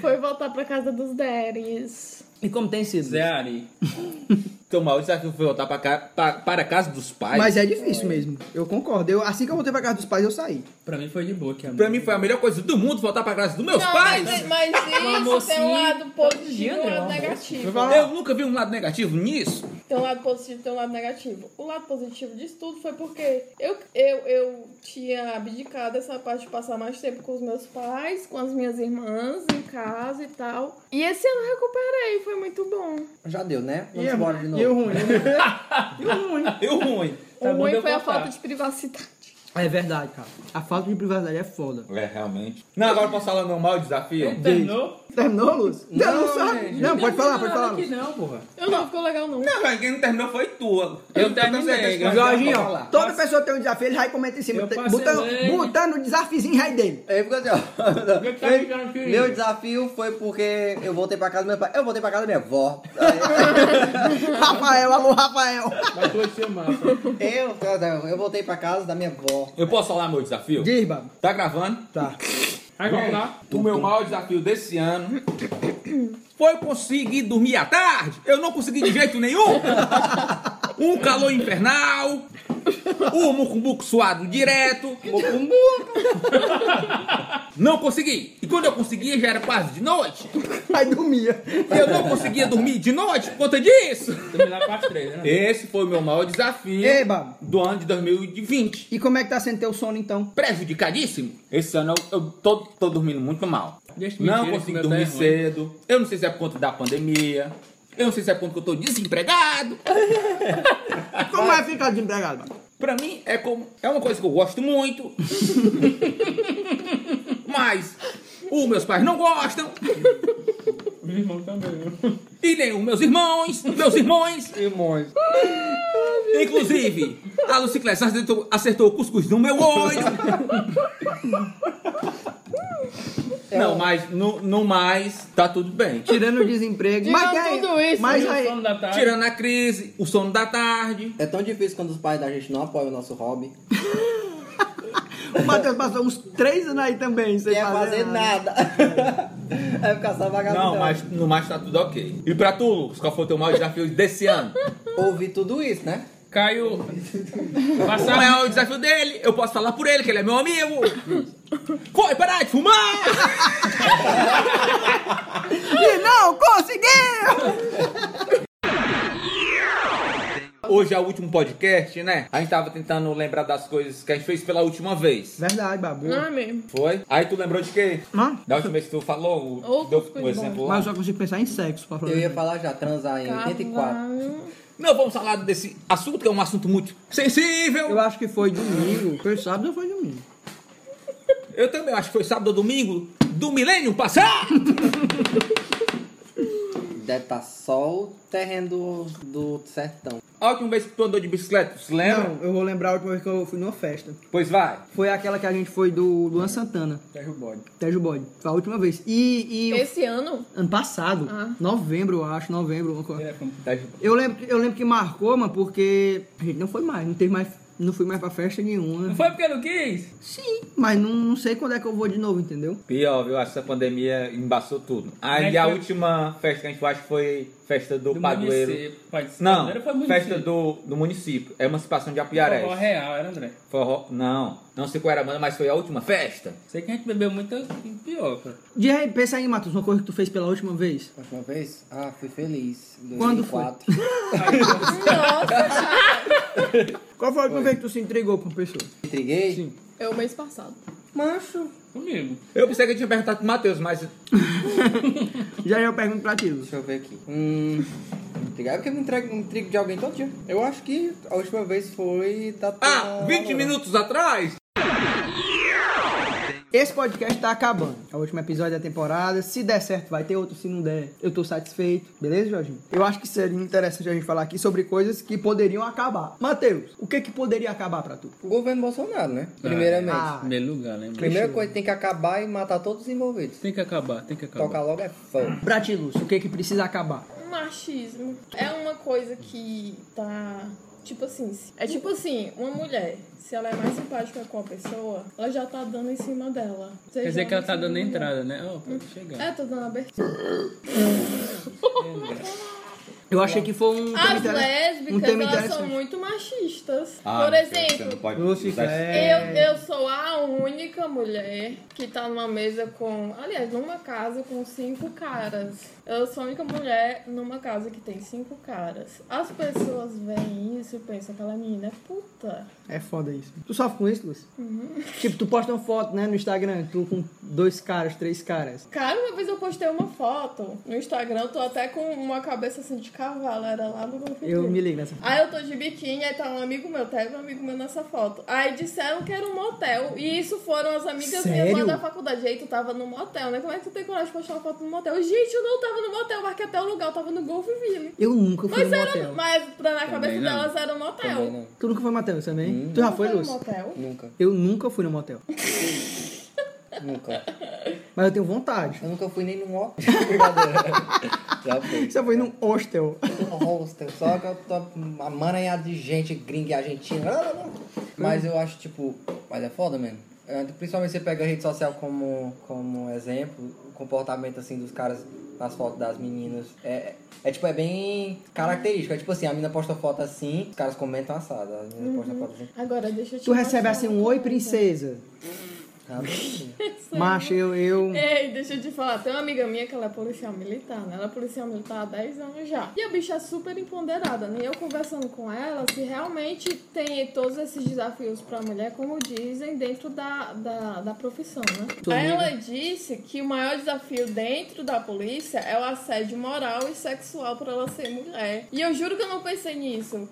S6: foi voltar pra casa dos Deres.
S2: E como tem sido?
S3: Zé Ari.
S5: Então, mal, o desafio foi voltar pra ca- pra- para a casa dos pais.
S2: Mas é difícil mesmo. Eu concordo. Eu, assim que eu voltei pra casa dos pais, eu saí.
S3: Pra mim foi de boa, que a tá
S5: Pra mim foi a melhor coisa do mundo voltar pra casa dos meus
S6: Não,
S5: pais.
S6: mas, mas isso tem um
S3: mocinha,
S6: lado
S3: todo dia,
S6: positivo e um
S3: né,
S6: lado
S3: uma
S6: negativo.
S2: é-
S5: Eu nunca vi um lado negativo nisso.
S6: Tem um lado positivo, tem um lado negativo. O lado positivo disso tudo foi porque eu, eu, eu tinha abdicado dessa parte de passar mais tempo com os meus pais, com as minhas irmãs em casa e tal. E esse ano eu recuperei, foi muito bom.
S4: Já deu, né? Vamos embora de novo.
S2: E o ruim? né?
S5: Eu ruim.
S3: Tá
S6: o
S3: bom de
S6: ruim
S3: eu
S6: foi a
S3: voltar.
S6: falta de privacidade.
S2: É verdade, cara. A falta de privacidade é foda.
S5: É, realmente. Não, agora eu posso falar meu mau desafio?
S3: Terminou?
S2: Terminou, Luz? Não, não, sabe.
S4: gente.
S2: não pode falar, pode falar.
S3: Aqui não, porra.
S6: Eu não ficou legal, não.
S5: Não, mas quem não terminou foi tua.
S3: Eu
S5: tenho
S3: terminei,
S5: certeza que
S3: eu
S5: nós
S3: já-
S5: vamos
S2: Jorginho, ó,
S5: falar.
S2: toda pessoa tem um desafio, ele vai comenta em cima.
S3: Eu
S2: Te-
S3: passei
S2: Botando,
S3: bem.
S2: botando o desafiozinho aí dele.
S4: Aí ficou assim,
S3: O que que
S4: ó.
S3: tá ficando aqui?
S4: Meu desafio foi porque eu voltei pra casa do meu pai. Eu voltei pra casa da minha avó. Aí,
S2: Rafael, alô, Rafael.
S3: Mas tô te chamando.
S4: eu, eu voltei pra casa da minha avó.
S5: Eu posso falar meu desafio?
S2: Diz, Babo.
S5: Tá gravando?
S2: Tá.
S3: Vai comprar?
S5: O meu maior desafio desse ano foi conseguir dormir à tarde. Eu não consegui de jeito nenhum. Um calor infernal. O mucumbuco suado direto. Mucumbuco. Não consegui. E quando eu conseguia já era quase de noite.
S2: Aí dormia.
S5: Eu não conseguia dormir de noite por conta disso.
S3: Terminar com as três, né?
S5: Esse foi o meu maior desafio
S2: Ei, Babo.
S5: do ano de 2020.
S2: E como é que tá sendo teu sono, então?
S5: prejudicadíssimo. Esse ano eu, eu tô, tô dormindo muito mal.
S3: Deixa eu
S5: Não
S3: mentir,
S5: consigo
S3: esse meu tá
S5: dormir
S3: errado.
S5: cedo. Eu não sei se é por conta da pandemia. Eu não sei se é por conta que eu tô desempregado.
S2: Como é ficar desempregado, Babo?
S5: Pra mim é como é uma coisa que eu gosto muito. Mas os meus pais não gostam
S3: Meu irmão também. né?
S5: e nem os meus irmãos, meus irmãos.
S4: Irmãos.
S5: Inclusive, a Luciclés acertou, acertou o cuscuz no meu olho. Não, mas no, no mais tá tudo bem.
S2: Tirando o desemprego.
S6: Tirando
S2: mas aí,
S6: tudo isso,
S2: mas
S3: Meu
S2: aí,
S3: sono da tarde.
S5: Tirando a crise, o sono da tarde.
S4: É tão difícil quando os pais da gente não apoiam o nosso hobby.
S2: o Matheus passou uns três anos aí também, sem
S4: Quer é fazer nada. Vai ficar só vagabundo.
S5: Não, mas no mais tá tudo ok. E pra tu, Lucas, qual foi o teu maior desafio desse ano?
S4: Ouvir tudo isso, né?
S5: Não
S3: Caio. Passar.
S5: é o desafio dele, eu posso falar por ele, que ele é meu amigo. Foi, parar de fumar!
S2: E não conseguiu!
S5: Hoje é o último podcast, né? A gente tava tentando lembrar das coisas que a gente fez pela última vez.
S2: Verdade, babu.
S6: Não é mesmo?
S5: Foi? Aí tu lembrou de quê?
S2: Não.
S5: Da última vez que tu falou, o-
S6: Outras
S5: deu um
S6: coisas
S5: exemplo.
S2: Mas eu só consigo pensar em sexo, pra falar.
S4: Eu ia falar já, transar em 84.
S6: Carvalho.
S5: Não vamos falar desse assunto, que é um assunto muito sensível.
S2: Eu acho que foi domingo. Foi sábado ou foi domingo?
S5: Eu também acho que foi sábado ou domingo do milênio passado.
S4: Deve estar só o terreno do, do sertão.
S5: A última vez que tu andou de bicicleta, se lembra?
S2: Não, eu vou lembrar a última vez que eu fui numa festa.
S5: Pois vai.
S2: Foi aquela que a gente foi do Luan Santana,
S5: Pega o bode.
S2: Tejo Bode. Foi a última vez. E. e
S6: Esse ano?
S2: Ano passado,
S6: Ah.
S2: novembro, eu acho, novembro. uma coisa.
S5: Pega
S2: Eu lembro, eu lembro que marcou, mano, porque. A gente não foi mais, não teve mais. Não fui mais pra festa nenhuma.
S3: Não foi porque não quis?
S2: Sim, mas não, não sei quando é que eu vou de novo, entendeu?
S5: Pior, viu? Essa pandemia embaçou tudo. Aí
S3: Mas
S5: a
S3: foi-
S5: última festa que a gente faz foi festa do,
S3: Do
S5: padoeiro.
S3: município. Pode ser.
S5: Não,
S3: Padoeiro foi município.
S5: festa do, do município. É Emancipação de
S3: Forró é?
S5: Apiarés.
S3: real, era André.
S5: Forró. Não, não sei qual era a banda, mas foi a última festa.
S3: Sei que a gente bebeu muita pioca.
S2: De aí, pensa aí, Matheus, uma coisa que tu fez pela última vez.
S4: A Última vez? Ah, fui feliz. Em
S2: Quando foi?
S4: 2004.
S6: Nossa,
S2: Qual foi a última vez que tu se entregou pra uma pessoa?
S4: Intriguei?
S6: é o mês passado.
S4: Mancho.
S3: Comigo.
S5: Eu pensei que eu tinha perguntado pro Matheus, mas
S2: Já já eu pergunto pra ti, Lúcio.
S4: Deixa eu ver aqui. Hum. Intriguei. É porque eu me entrego, me intrigo de alguém todo dia. Eu acho que a última vez foi da
S5: Ah, 20 minutos atrás?
S2: Esse podcast tá acabando. É o último episódio da temporada. Se der certo, vai ter outro. Se não der, eu tô satisfeito. Beleza, Jorginho? Eu acho que seria interessante a gente falar aqui sobre coisas que poderiam acabar. Matheus, o que que poderia acabar pra tu?
S4: O governo Bolsonaro, né? Primeiramente.
S2: Ah.
S3: Primeiro lugar, né? mano?
S4: Primeira coisa, tem que acabar e matar todos os envolvidos.
S3: Tem que acabar, tem que
S2: Tá
S3: acabar.
S4: Tocar logo é fogo.
S2: Pra ti, Lúcio, o que que precisa acabar?
S6: Machismo é uma coisa que tá. Tipo assim, se- é tipo assim, uma mulher, se ela é mais simpática com a pessoa, ela já tá dando em cima dela. Seja
S3: Quer dizer que ela tá dando a
S6: mulher.
S3: entrada, né? Ó, pode chegar.
S6: É, tô dando abertura.
S2: Eu achei que foi um.
S6: As
S2: inter-
S6: lésbicas,
S2: um tema
S6: elas são
S2: interessante.
S6: muito machistas.
S5: Ah,
S6: Por
S5: Matheus, você não
S6: exemplo,
S5: pode
S2: Lúcio,
S5: usar
S6: é-
S5: esse-
S2: É.
S6: Eu, eu sou a única mulher que tá numa mesa com. Aliás, numa casa com cinco caras. Eu sou a única mulher numa casa que tem cinco caras. As pessoas veem isso e pensam que aquela menina é puta.
S2: É foda isso. Tu sofre com isso, Lúcio?
S6: Uhum.
S2: Tipo, tu posta uma foto, né, no Instagram, tu com dois caras, três caras.
S6: Cara, uma vez eu postei uma foto no Instagram, eu tô até com uma cabeça assim de cavalo, era lá no Confeiteiro.
S2: Eu me ligo nessa foto.
S6: Aí eu tô de biquíni, aí tá um amigo meu, teve um amigo meu nessa foto. Aí disseram que era um motel. E isso foram as amigas minhas lá
S2: Sério?
S6: da faculdade. Aí tu tava no motel, né? Como é que tu tem coragem de postar uma foto no motel? Gente, eu não tava no motel, marquei até o lugar, eu tava no Golfville.
S2: Eu nunca fui
S6: Mas
S2: no
S6: era.
S2: motel.
S6: Mas pra- na cabeça
S3: não.
S6: delas era um motel.
S2: Ah.
S4: Também não.
S2: Tu nunca foi no motel também? tu já foi,
S6: Hum. no
S2: Lúcio?
S6: motel?
S4: Nunca,
S2: Eu nunca fui no motel.
S4: nunca.
S2: Mas eu tenho vontade.
S4: Eu nunca fui nem num hostel. Brincadeira. Já fui.
S2: Você foi num hostel.
S4: Um hostel. Só que eu tô amaranhado de gente gringa e argentina. Mas eu acho, tipo... Mas é foda, mano. É, Principalmente você pega a rede social como, como exemplo. O comportamento, assim, dos caras nas fotos das meninas. É... É tipo, é bem característico. É tipo assim, a mina posta foto assim, os caras comentam assado. A mina posta foto assim.
S6: Agora deixa eu te
S2: Tu recebe
S6: mostrar
S2: assim um
S6: uma
S2: oi,
S6: coisa.
S2: princesa.
S4: Ah, não.
S2: Macho, eu, eu.
S6: Ei, deixa eu te falar, tem uma amiga minha que ela é policial militar, né? Ela é policial militar há 10 anos já. E a bicha é super empoderada, né? E eu conversando com ela, se realmente tem todos esses desafios pra mulher, como dizem, dentro da, da, da profissão, né?
S2: Sou
S6: Aí
S2: amiga.
S6: ela disse que o maior desafio dentro da polícia é o assédio moral e sexual pra ela ser mulher. E eu juro que eu não pensei nisso.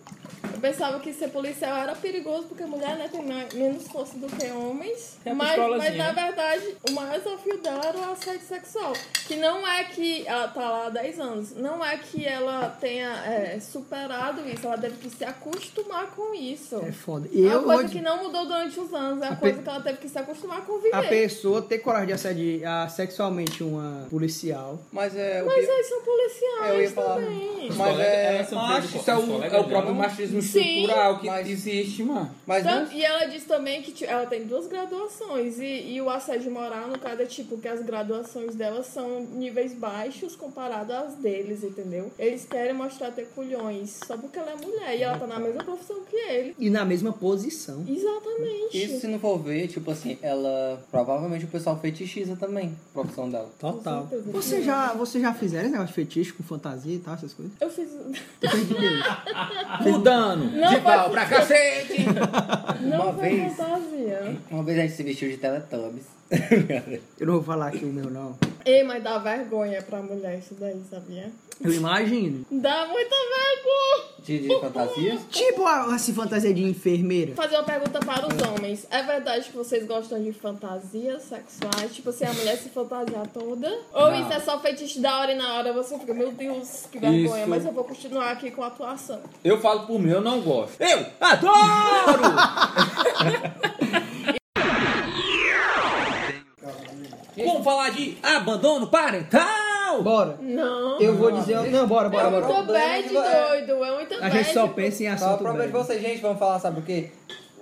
S6: Eu pensava que ser policial era perigoso porque mulher né, tem me- menos força do que homens.
S3: Tem a
S6: mas,
S3: pistolazinha,
S6: mas na
S3: né?
S6: verdade, o maior desafio dela era o assédio sexual. Que não é que ela tá lá há 10 anos, não é que ela tenha é, superado isso, ela teve que se acostumar com isso.
S2: É foda.
S6: É
S2: E
S6: uma
S2: eu
S6: coisa
S2: hoje-
S6: que não mudou durante os anos, é uma
S2: pe-
S6: coisa que ela teve que se acostumar a
S2: A
S6: conviver.
S2: pessoa ter coragem de assediar sexualmente uma policial.
S4: Mas é... o
S6: Mas
S4: que-
S6: eles são policiais
S4: Eu ia falar.
S6: também.
S4: Mas
S3: colegas,
S4: é...
S3: elas são
S5: Macho,
S3: filhas
S5: isso é
S3: dos
S5: o,
S3: colegas
S5: é o
S3: dela.
S5: próprio machismo estrutural que
S4: mas-
S5: existe, mano.
S4: Mas não
S6: Tanto- Então, e ela diz também que ti- ela tem duas graduações e, e o assédio moral, no caso, é tipo que as graduações dela são níveis baixos comparado às deles, entendeu? Eles querem mostrar ter culhões só porque ela é mulher e ela tá na mesma profissão que ele.
S2: E na mesma posição.
S6: Exatamente.
S4: Isso se não for ver, tipo assim, ela. Provavelmente o pessoal fetichiza também a profissão dela.
S2: Total.
S6: Com certeza.
S2: Você já, você já fizeram esse negócio de fetiche com fantasia e tal, essas coisas?
S6: Eu fiz.
S2: Eu tô entendendo.
S5: Mudando
S6: Não,
S5: de pau
S6: mas-
S5: pra cacete.
S6: Não
S4: Uma
S6: foi
S4: vez.
S6: fantasia.
S4: Uma vez a gente se vestiu de Teletubbies.
S2: Eu não vou falar aqui o meu, não.
S6: Ei, mas dá vergonha pra mulher isso daí, sabia?
S2: Eu imagino.
S6: Dá muita vergonha!
S4: De, de fantasias?
S2: Tipo, assim, fantasia de enfermeira.
S6: Fazer uma pergunta para os homens. É verdade que vocês gostam de fantasias sexuais? Tipo assim, a mulher se fantasiar toda? Ou
S4: Não.
S6: isso é só feitiço da hora e na hora você fica, meu Deus, que vergonha,
S5: Isso.
S6: mas eu vou continuar aqui com a atuação.
S5: Eu falo por mim, eu não gosto. Eu adoro! Vamos falar de abandono parental!
S2: Bora.
S6: Não.
S2: Eu vou dizer. Não, bora, bora,
S6: é
S2: bora.
S6: muito
S4: Problema
S6: bad,
S4: de vo-
S6: doido. É muito
S2: A
S6: bad.
S2: gente só pensa em
S4: Só o
S2: assunto.
S4: problema de
S2: velho.
S4: vocês, gente, vamos falar, sabe o quê?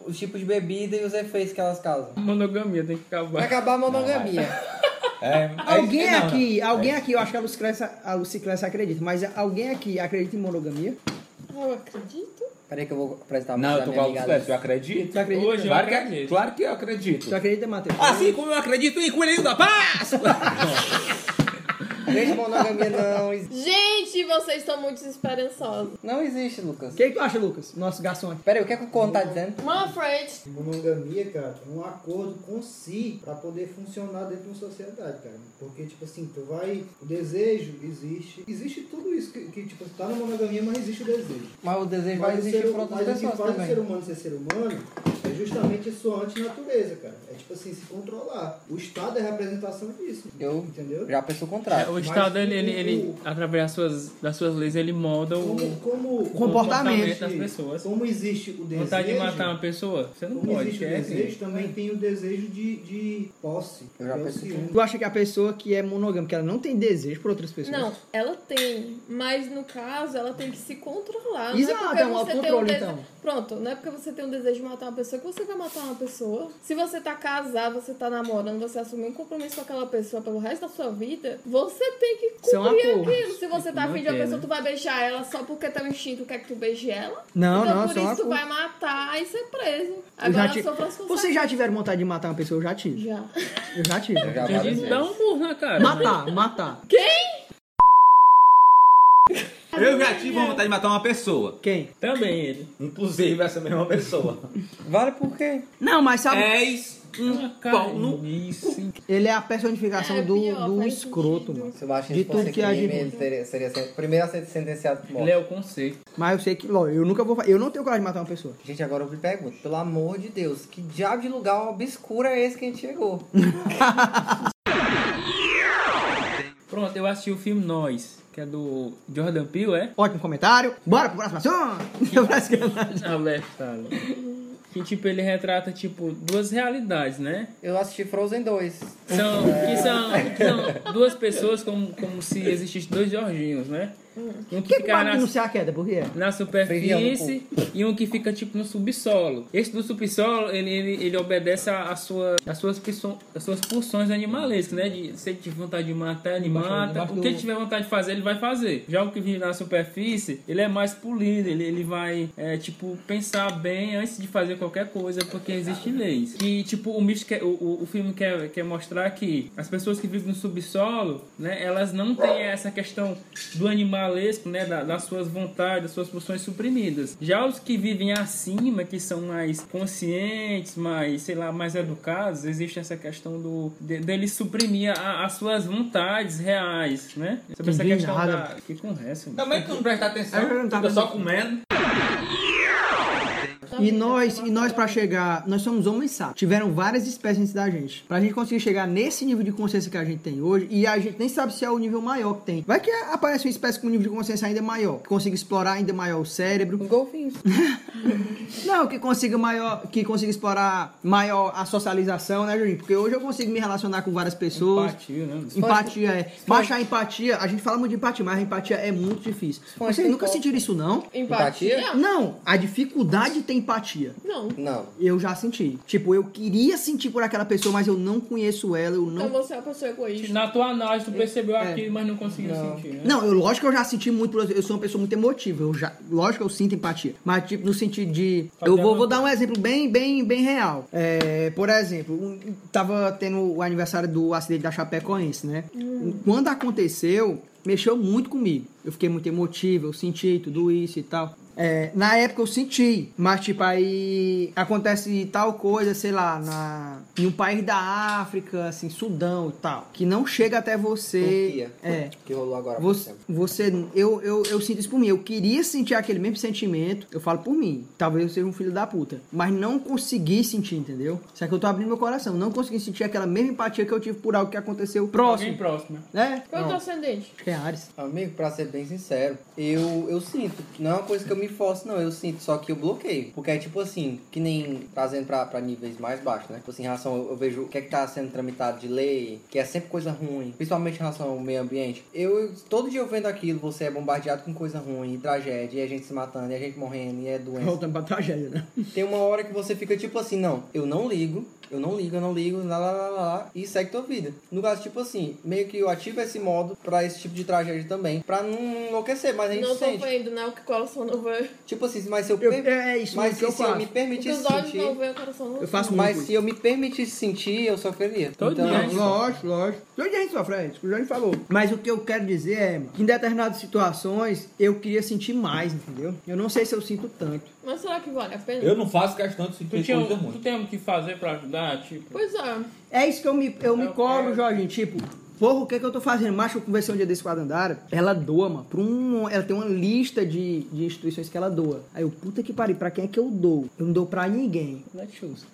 S4: Os tipos de bebida e os efeitos que elas causam.
S3: Monogamia tem que
S4: Vai
S3: acabar.
S4: acabar a monogamia.
S5: É,
S2: Alguém
S5: é- não,
S2: aqui, alguém aqui, eu acho que a Luciclessa, a Luciclessa acredita, mas alguém aqui acredita em monogamia?
S6: Eu acredito.
S4: Peraí que eu vou apresentar
S5: Não, não eu
S4: pra
S5: tô
S4: minha
S5: falando
S4: amiga.
S5: sério, eu
S4: Alice.
S5: acredito.
S2: Tu acredita?
S3: Hoje eu
S5: Claro que, é-
S3: acredito.
S5: claro que eu acredito.
S2: Tu acredita, Matheus?
S5: Assim como eu acredito em Coelhinho da Páscoa!
S4: Gente, monogamia não, exi-
S6: Gente, vocês estão muito desesperançosos.
S4: não existe, Lucas.
S2: O que, que tu acha, Lucas? Nosso garçom aqui.
S4: Peraí, o que é que o corno tá dizendo?
S6: Manfred,
S7: Monogamia, cara, é um acordo com si pra poder funcionar dentro de uma sociedade, cara. Porque, tipo assim, tu vai. O desejo existe. Existe tudo isso que, que, tipo, tá na monogamia, mas existe o desejo.
S4: Mas o desejo vai
S7: Mas, o,
S4: existir
S7: ser, hum,
S4: por outras
S7: mas o que
S4: pessoas
S7: faz o ser
S4: também.
S7: humano ser ser humano é justamente a sua antinatureza, cara. É tipo assim, se controlar. O Estado é a representação disso.
S4: Eu
S7: Entendeu?
S4: já penso o
S3: É,
S4: contrário.
S3: o Estado, ele, ele, ele, através das suas, das suas leis, ele molda o
S7: Como, como,
S2: comportamento
S3: das pessoas.
S7: como existe o desejo.
S3: Vontade de matar uma pessoa, você não
S7: Como
S3: pode.
S7: existe o
S3: É assim.
S7: desejo, também tem o desejo de, de posse.
S4: Eu já
S7: que é o
S4: pensei.
S7: ciúme.
S2: Tu acha que a pessoa que é monogâmica, que ela não tem desejo por outras pessoas?
S6: Não, ela tem, mas no caso ela tem que se controlar.
S2: Exato,
S6: não
S2: é um
S6: é porque você tem um
S2: autocontrole,
S6: desejo.
S2: então.
S6: Pronto, não é porque você tem um desejo de matar uma pessoa que você vai matar uma pessoa. Se você tá casado, você tá namorando, você assumiu um compromisso com aquela pessoa pelo resto da sua vida, você tem que
S2: São
S6: cumprir
S2: acordos.
S6: aquilo. Se você tá afim de uma
S3: manter,
S6: pessoa,
S3: né?
S6: tu vai beijar ela só porque teu instinto quer que tu beije ela.
S2: Não,
S6: então
S2: não,
S6: por
S2: são
S6: isso tu
S2: acordos.
S6: vai matar e ser preso.
S2: Eu já
S6: Agora
S2: ti...
S6: sofre as consequências.
S2: Vocês já tiveram vontade de matar uma pessoa? Eu já tive.
S6: Já.
S2: Eu já tive.
S4: Eu já
S3: Tem
S4: várias
S3: gente que dá
S4: vezes.
S3: um burro na cara.
S2: Matar, matar.
S5: Eu já tive vontade de matar uma pessoa.
S2: Quem?
S3: Também Tá ele.
S5: Inclusive essa mesma pessoa.
S4: Vale por quê?
S2: Não, mas sabe,
S5: És um pau no
S3: Isso.
S2: ele é a personificação
S6: É,
S2: do,
S6: pior,
S2: do
S6: faz
S2: escroto,
S6: sentido.
S2: mano.
S4: Sebastião,
S2: De
S4: se fosse
S2: tudo que há de
S4: crime,
S2: ruim.
S4: ele teria- seria sen- primeiro a ser sentenciado por morte.
S3: Ele é o conceito.
S2: Mas eu sei que, ó, eu nunca vou, fa- eu não tenho coragem de matar uma pessoa.
S4: Gente, agora eu me pergunto, pelo amor de Deus, que diabo de lugar obscuro é esse que a gente chegou?
S3: Pronto, eu assisti o filme Nós, que é do Jordan Peele, é?
S2: Ótimo comentário. Bora pro próximo assunto. Eu parece que é eu não-
S3: Alertado. Que tipo, ele retrata, tipo, duas realidades, né?
S4: Eu assisti Frozen 2.
S3: São, que, são, que são duas pessoas como, como se existissem dois Jorginhos, né? Um
S2: Por que
S3: que
S2: que
S3: fica
S2: para
S3: na,
S2: denunciar a queda? Por quê?
S3: na
S4: Friando um
S3: superfície e um que fica tipo no subsolo. Esse do subsolo, ele, ele, ele obedece a, a sua, as, suas pulsões, as suas pulsões animalescas, né? De, se ele tiver vontade de matar, ele
S2: Embaixo-
S3: mata.
S2: embaixo
S3: o que
S2: do-
S3: ele tiver vontade de fazer, ele vai fazer. Já o que vive na superfície, ele é mais polido, ele, ele vai, é, tipo, pensar bem antes de fazer qualquer coisa, porque existem leis. E, tipo, o, misto quer, o, o, o filme quer, quer mostrar que as pessoas que vivem no subsolo, né? Elas não têm essa questão do animalesco, né? da- das suas vontades, das suas pulsões suprimidas. Já os que vivem acima, que são mais conscientes, mais, sei lá, mais educados, existe essa questão do de- deles suprimir a- as suas vontades reais, né? Sobre essa
S2: Entendi
S3: questão
S2: nada.
S3: da... né, Que conversa, mano.
S5: Também tu não presta atenção,
S2: Eu não tava
S5: fica só comendo.
S6: Tá
S2: E nós, e nós para chegar, nós somos homens sábios. Tiveram várias espécies antes da gente. Pra gente conseguir chegar nesse nível de consciência que a gente tem hoje, e a gente nem sabe se é o nível maior que tem. Vai que aparece uma espécie com um nível de consciência ainda maior, que consiga explorar ainda maior o cérebro,
S4: Um golfinho.
S2: não, que consiga maior, que consiga explorar maior a socialização, né, Juninho? Porque hoje eu consigo me relacionar com várias pessoas.
S3: Empatia, né?
S2: Empatia é. Baixar a empatia, a gente fala muito de empatia, mas a empatia é muito difícil.
S4: Pode
S2: Vocês
S4: ter
S2: nunca
S4: qual-
S2: sentiram isso, não?
S6: Empatia?
S2: Não, a dificuldade de ter empatia.
S6: Não.
S4: Não.
S2: Eu já senti. Tipo, eu queria sentir por aquela pessoa, mas eu não conheço ela, eu não.
S6: Então você é uma pessoa egoísta.
S3: Na tua análise, tu percebeu aquilo, mas não conseguiu
S4: Não.
S3: sentir, né?
S2: Não, eu lógico que eu já senti muito, por- eu sou uma pessoa muito emotiva, eu já, lógico que eu sinto empatia, mas tipo no sentido de, eu
S3: Fazer
S2: vou,
S3: uma-
S2: vou dar um exemplo bem, bem, bem real. É, por exemplo, um- tava tendo o aniversário do acidente da Chapecoense, né? Quando aconteceu, mexeu muito comigo. Eu fiquei muito emotivo, eu senti tudo isso e tal. É, na época eu senti, mas tipo aí acontece tal coisa, sei lá, na, em um país da África, assim, Sudão e tal, que não chega até você.
S4: Turquia.
S2: É,
S4: Que rolou agora. por
S2: você,
S4: exemplo.
S2: você eu, eu, eu sinto isso por mim. Eu queria sentir aquele mesmo sentimento. Eu falo por mim. Talvez eu seja um filho da puta. Mas não consegui sentir, entendeu? Só que eu tô abrindo meu coração. Não consegui sentir aquela mesma empatia que eu tive por algo que aconteceu
S3: Alguém
S2: próximo.
S3: próximo, né?
S2: Né?
S6: Qual é o
S2: Não,
S6: teu ascendente?
S2: acho que é Ares.
S4: Amigo, pra ser bem sincero, eu, eu sinto. Não é uma coisa que eu me forço, não. Eu sinto, só que eu bloqueio. Porque é tipo assim, que nem trazendo pra, pra níveis mais baixos, né? Tipo assim, em relação, eu, eu vejo o que é que tá sendo tramitado de lei, que é sempre coisa ruim, principalmente em relação ao meio ambiente. Eu, eu- todo dia eu vendo aquilo, você é bombardeado com coisa ruim, e tragédia, e a gente se matando, e a gente morrendo, e é doença.
S2: Voltando pra tragédia, né?
S4: Tem uma hora que você fica tipo assim, não, eu não ligo, eu não ligo, eu não ligo, lá, lá, lá, lá, lá, e segue tua vida. No caso, tipo assim, meio que eu ativo esse modo pra esse tipo de tragédia também, pra não enlouquecer,
S2: É
S4: mas a gente
S6: Não tô
S4: sente.
S6: vendo, né? O que o coração não vê.
S4: Tipo assim, mas se eu,
S2: Eu-
S4: per-
S2: é isso
S4: mas
S2: que eu
S4: se eu
S2: faço.
S4: me
S6: O que
S4: permitisse
S6: os olhos não
S4: sentir,
S6: veem, o coração não
S2: Eu
S6: vê.
S2: faço muito.
S4: mas
S2: isso.
S4: se eu me permitisse sentir, eu sofreria.
S3: Todo
S4: então,
S3: dia.
S2: Lógico, lógico. Todo dia a gente sofre, é isso que o Jorge falou. Mas o que eu quero dizer é mano, que em determinadas situações eu queria sentir mais, entendeu? Eu não sei se eu sinto tanto.
S6: Mas será que vale a pena?
S5: Eu não faço questão de sentir
S3: Tu, tinha, um,
S5: coisa
S3: tu
S5: ruim.
S3: tem o que fazer pra ajudar, tipo...
S6: Pois é.
S2: É isso que eu me, eu me
S3: Eu
S2: cobro,
S3: quero.
S2: Jorginho. Tipo, porra, o que, é que eu tô fazendo? Macho, eu conversei um dia desse com a Dandara. Ela doa, mano. Pra um, ela tem uma lista de, de instituições que ela doa. Aí eu, puta que pariu, pra quem é que eu dou? Eu não dou pra ninguém.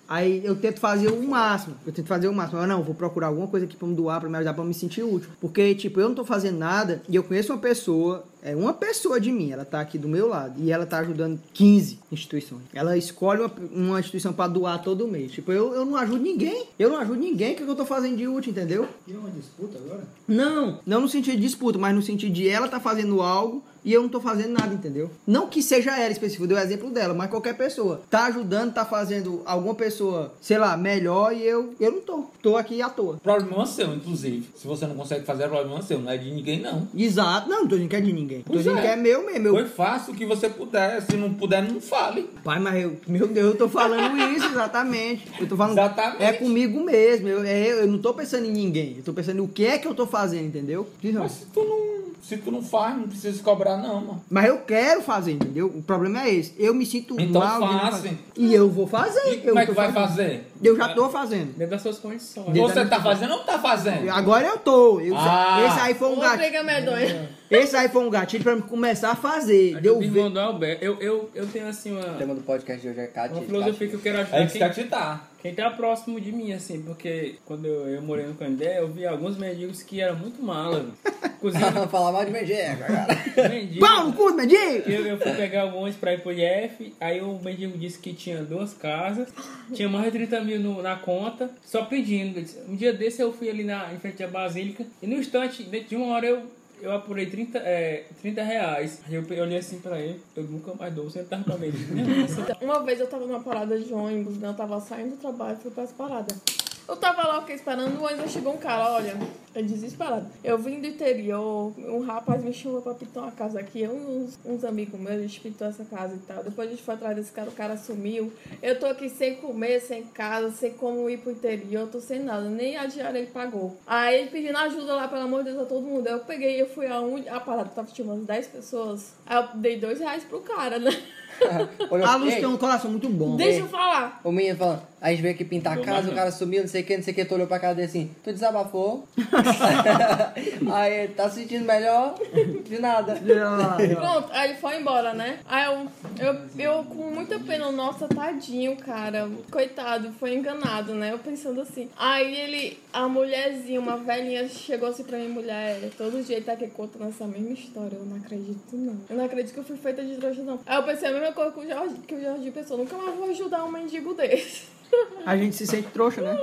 S2: Aí eu tento fazer o máximo. Eu tento fazer o máximo. Eu não, vou procurar alguma coisa aqui pra me doar, pra me ajudar, pra me sentir útil. Porque, tipo, eu não tô fazendo nada e eu conheço uma pessoa. É uma pessoa de mim, ela tá aqui do meu lado e ela tá ajudando 15 instituições. Ela escolhe uma, uma instituição pra doar todo mês. Tipo, eu, eu não ajudo ninguém. Eu não ajudo ninguém. O que, que eu tô fazendo de útil, entendeu?
S7: E é uma disputa agora?
S2: Não, não no sentido de disputa, mas no sentido de ela tá fazendo algo e eu não tô fazendo nada, entendeu? Não que seja ela específico, deu o exemplo dela, mas qualquer pessoa tá ajudando, tá fazendo alguma pessoa, sei lá, melhor e eu eu não tô. Tô aqui à toa.
S5: Problema seu, inclusive. Se você não consegue fazer, é problema seu. Não é de ninguém, não.
S2: Exato. Não, não tô dizendo que é de ninguém. Tô
S5: Pois
S2: dizendo
S5: é.
S2: que é meu mesmo. Eu-
S5: Foi fácil o que você puder. Se não puder, não fale.
S2: Pai, mas eu, meu Deus, eu tô falando isso exatamente. Eu tô falando.
S5: Exatamente.
S2: É comigo mesmo. Eu, é eu, eu não tô pensando em ninguém. Eu tô pensando o que é que eu tô fazendo, entendeu? Então, Diz não.
S5: Mas se tu não, se tu não faz, não precisa se cobrar, não, mano.
S2: Mas eu quero fazer, entendeu? O problema é esse. Eu me sinto
S5: Então
S2: mal. de não
S5: faça.
S2: fazer. E eu vou fazer.
S5: E
S2: eu
S5: como é que
S2: tô
S5: vai
S2: fazendo.
S5: fazer?
S2: Eu já tô fazendo.
S3: Dentro das suas condições.
S2: Dentro
S5: Você
S2: da-
S5: tá fazendo ou não tá fazendo?
S2: Agora eu tô. Eu-
S5: Ah.
S2: Esse aí foi um
S6: Uma
S2: gatilho.
S6: briga medonha.
S2: Esse aí foi um gatilho pra eu começar a fazer. Deu
S3: Eu
S2: ver.
S3: irmão do Alberto, eu, eu, eu tenho assim
S4: O
S3: uma,
S4: tema do podcast de hoje é Cati.
S3: uma filosofia que eu quero
S5: É
S3: ajudar
S5: que
S3: quem,
S5: tá te tá.
S3: Quem tá próximo de mim, assim, porque quando eu, eu morei no Candé, eu vi alguns mendigos que eram muito malas. Inclusive, um
S4: Falar mal de megera, cara.
S3: mendigo.
S2: Pau no cu, Medinho!
S3: Eu, eu fui pegar o ônibus pra ir pro IF, aí o mendigo disse que tinha duas casas, tinha mais de 30 mil no- na conta, só pedindo. Eu disse, Um dia desse eu fui ali na, em frente à Basílica, e no instante, dentro de uma hora eu, eu apurei 30, é, 30 reais. Aí eu pe- eu olhei assim pra ele, eu nunca mais dou um centavo pra mendigo. né? Minha nossa.
S6: Então, Uma vez eu tava numa parada de ônibus, né? Eu tava saindo do trabalho, fui pra essa parada. Eu tava lá, fiquei esperando, o ônibus chegou um cara, olha, é desesperado. Eu vim do interior, um rapaz me chamou pra pintar uma casa aqui, eu e uns, uns amigos meus, a gente pintou essa casa e tal. Depois a gente foi atrás desse cara, o cara sumiu. Eu tô aqui sem comer, sem casa, sem como ir pro interior, tô sem nada, nem a diária ele pagou. Aí ele pedindo ajuda lá, pelo amor de Deus, a todo mundo. Aí eu peguei, eu fui aonde, a parada tava tinha umas 10 pessoas, aí eu dei dois reais pro cara, né?
S4: Olha,
S2: A luz
S4: ei,
S2: tem um coração muito bom.
S6: Deixa eu falar.
S4: O menino falando, a gente veio aqui pintar a
S5: Não,
S4: casa,
S5: mas
S4: o
S5: não.
S4: cara sumiu, não sei o que, não sei o que, tu olhou pra casa dele assim, tu desabafou. aí ele tá se sentindo melhor de nada.
S6: Pronto, aí ele foi embora, né? Aí eu, eu, eu com muita pena, nossa, tadinho, cara, coitado, foi enganado, né? Eu pensando assim. Aí ele, a mulherzinha, uma velhinha, chegou assim pra mim, mulher, todo dia ele tá aqui contando essa mesma história. Eu não acredito, não. Eu não acredito que eu fui feita de trouxa, não. Aí eu pensei a mesma coisa que o Jorge, que o Jorge pensou, nunca mais vou ajudar um mendigo desse.
S2: A gente se sente trouxa, né?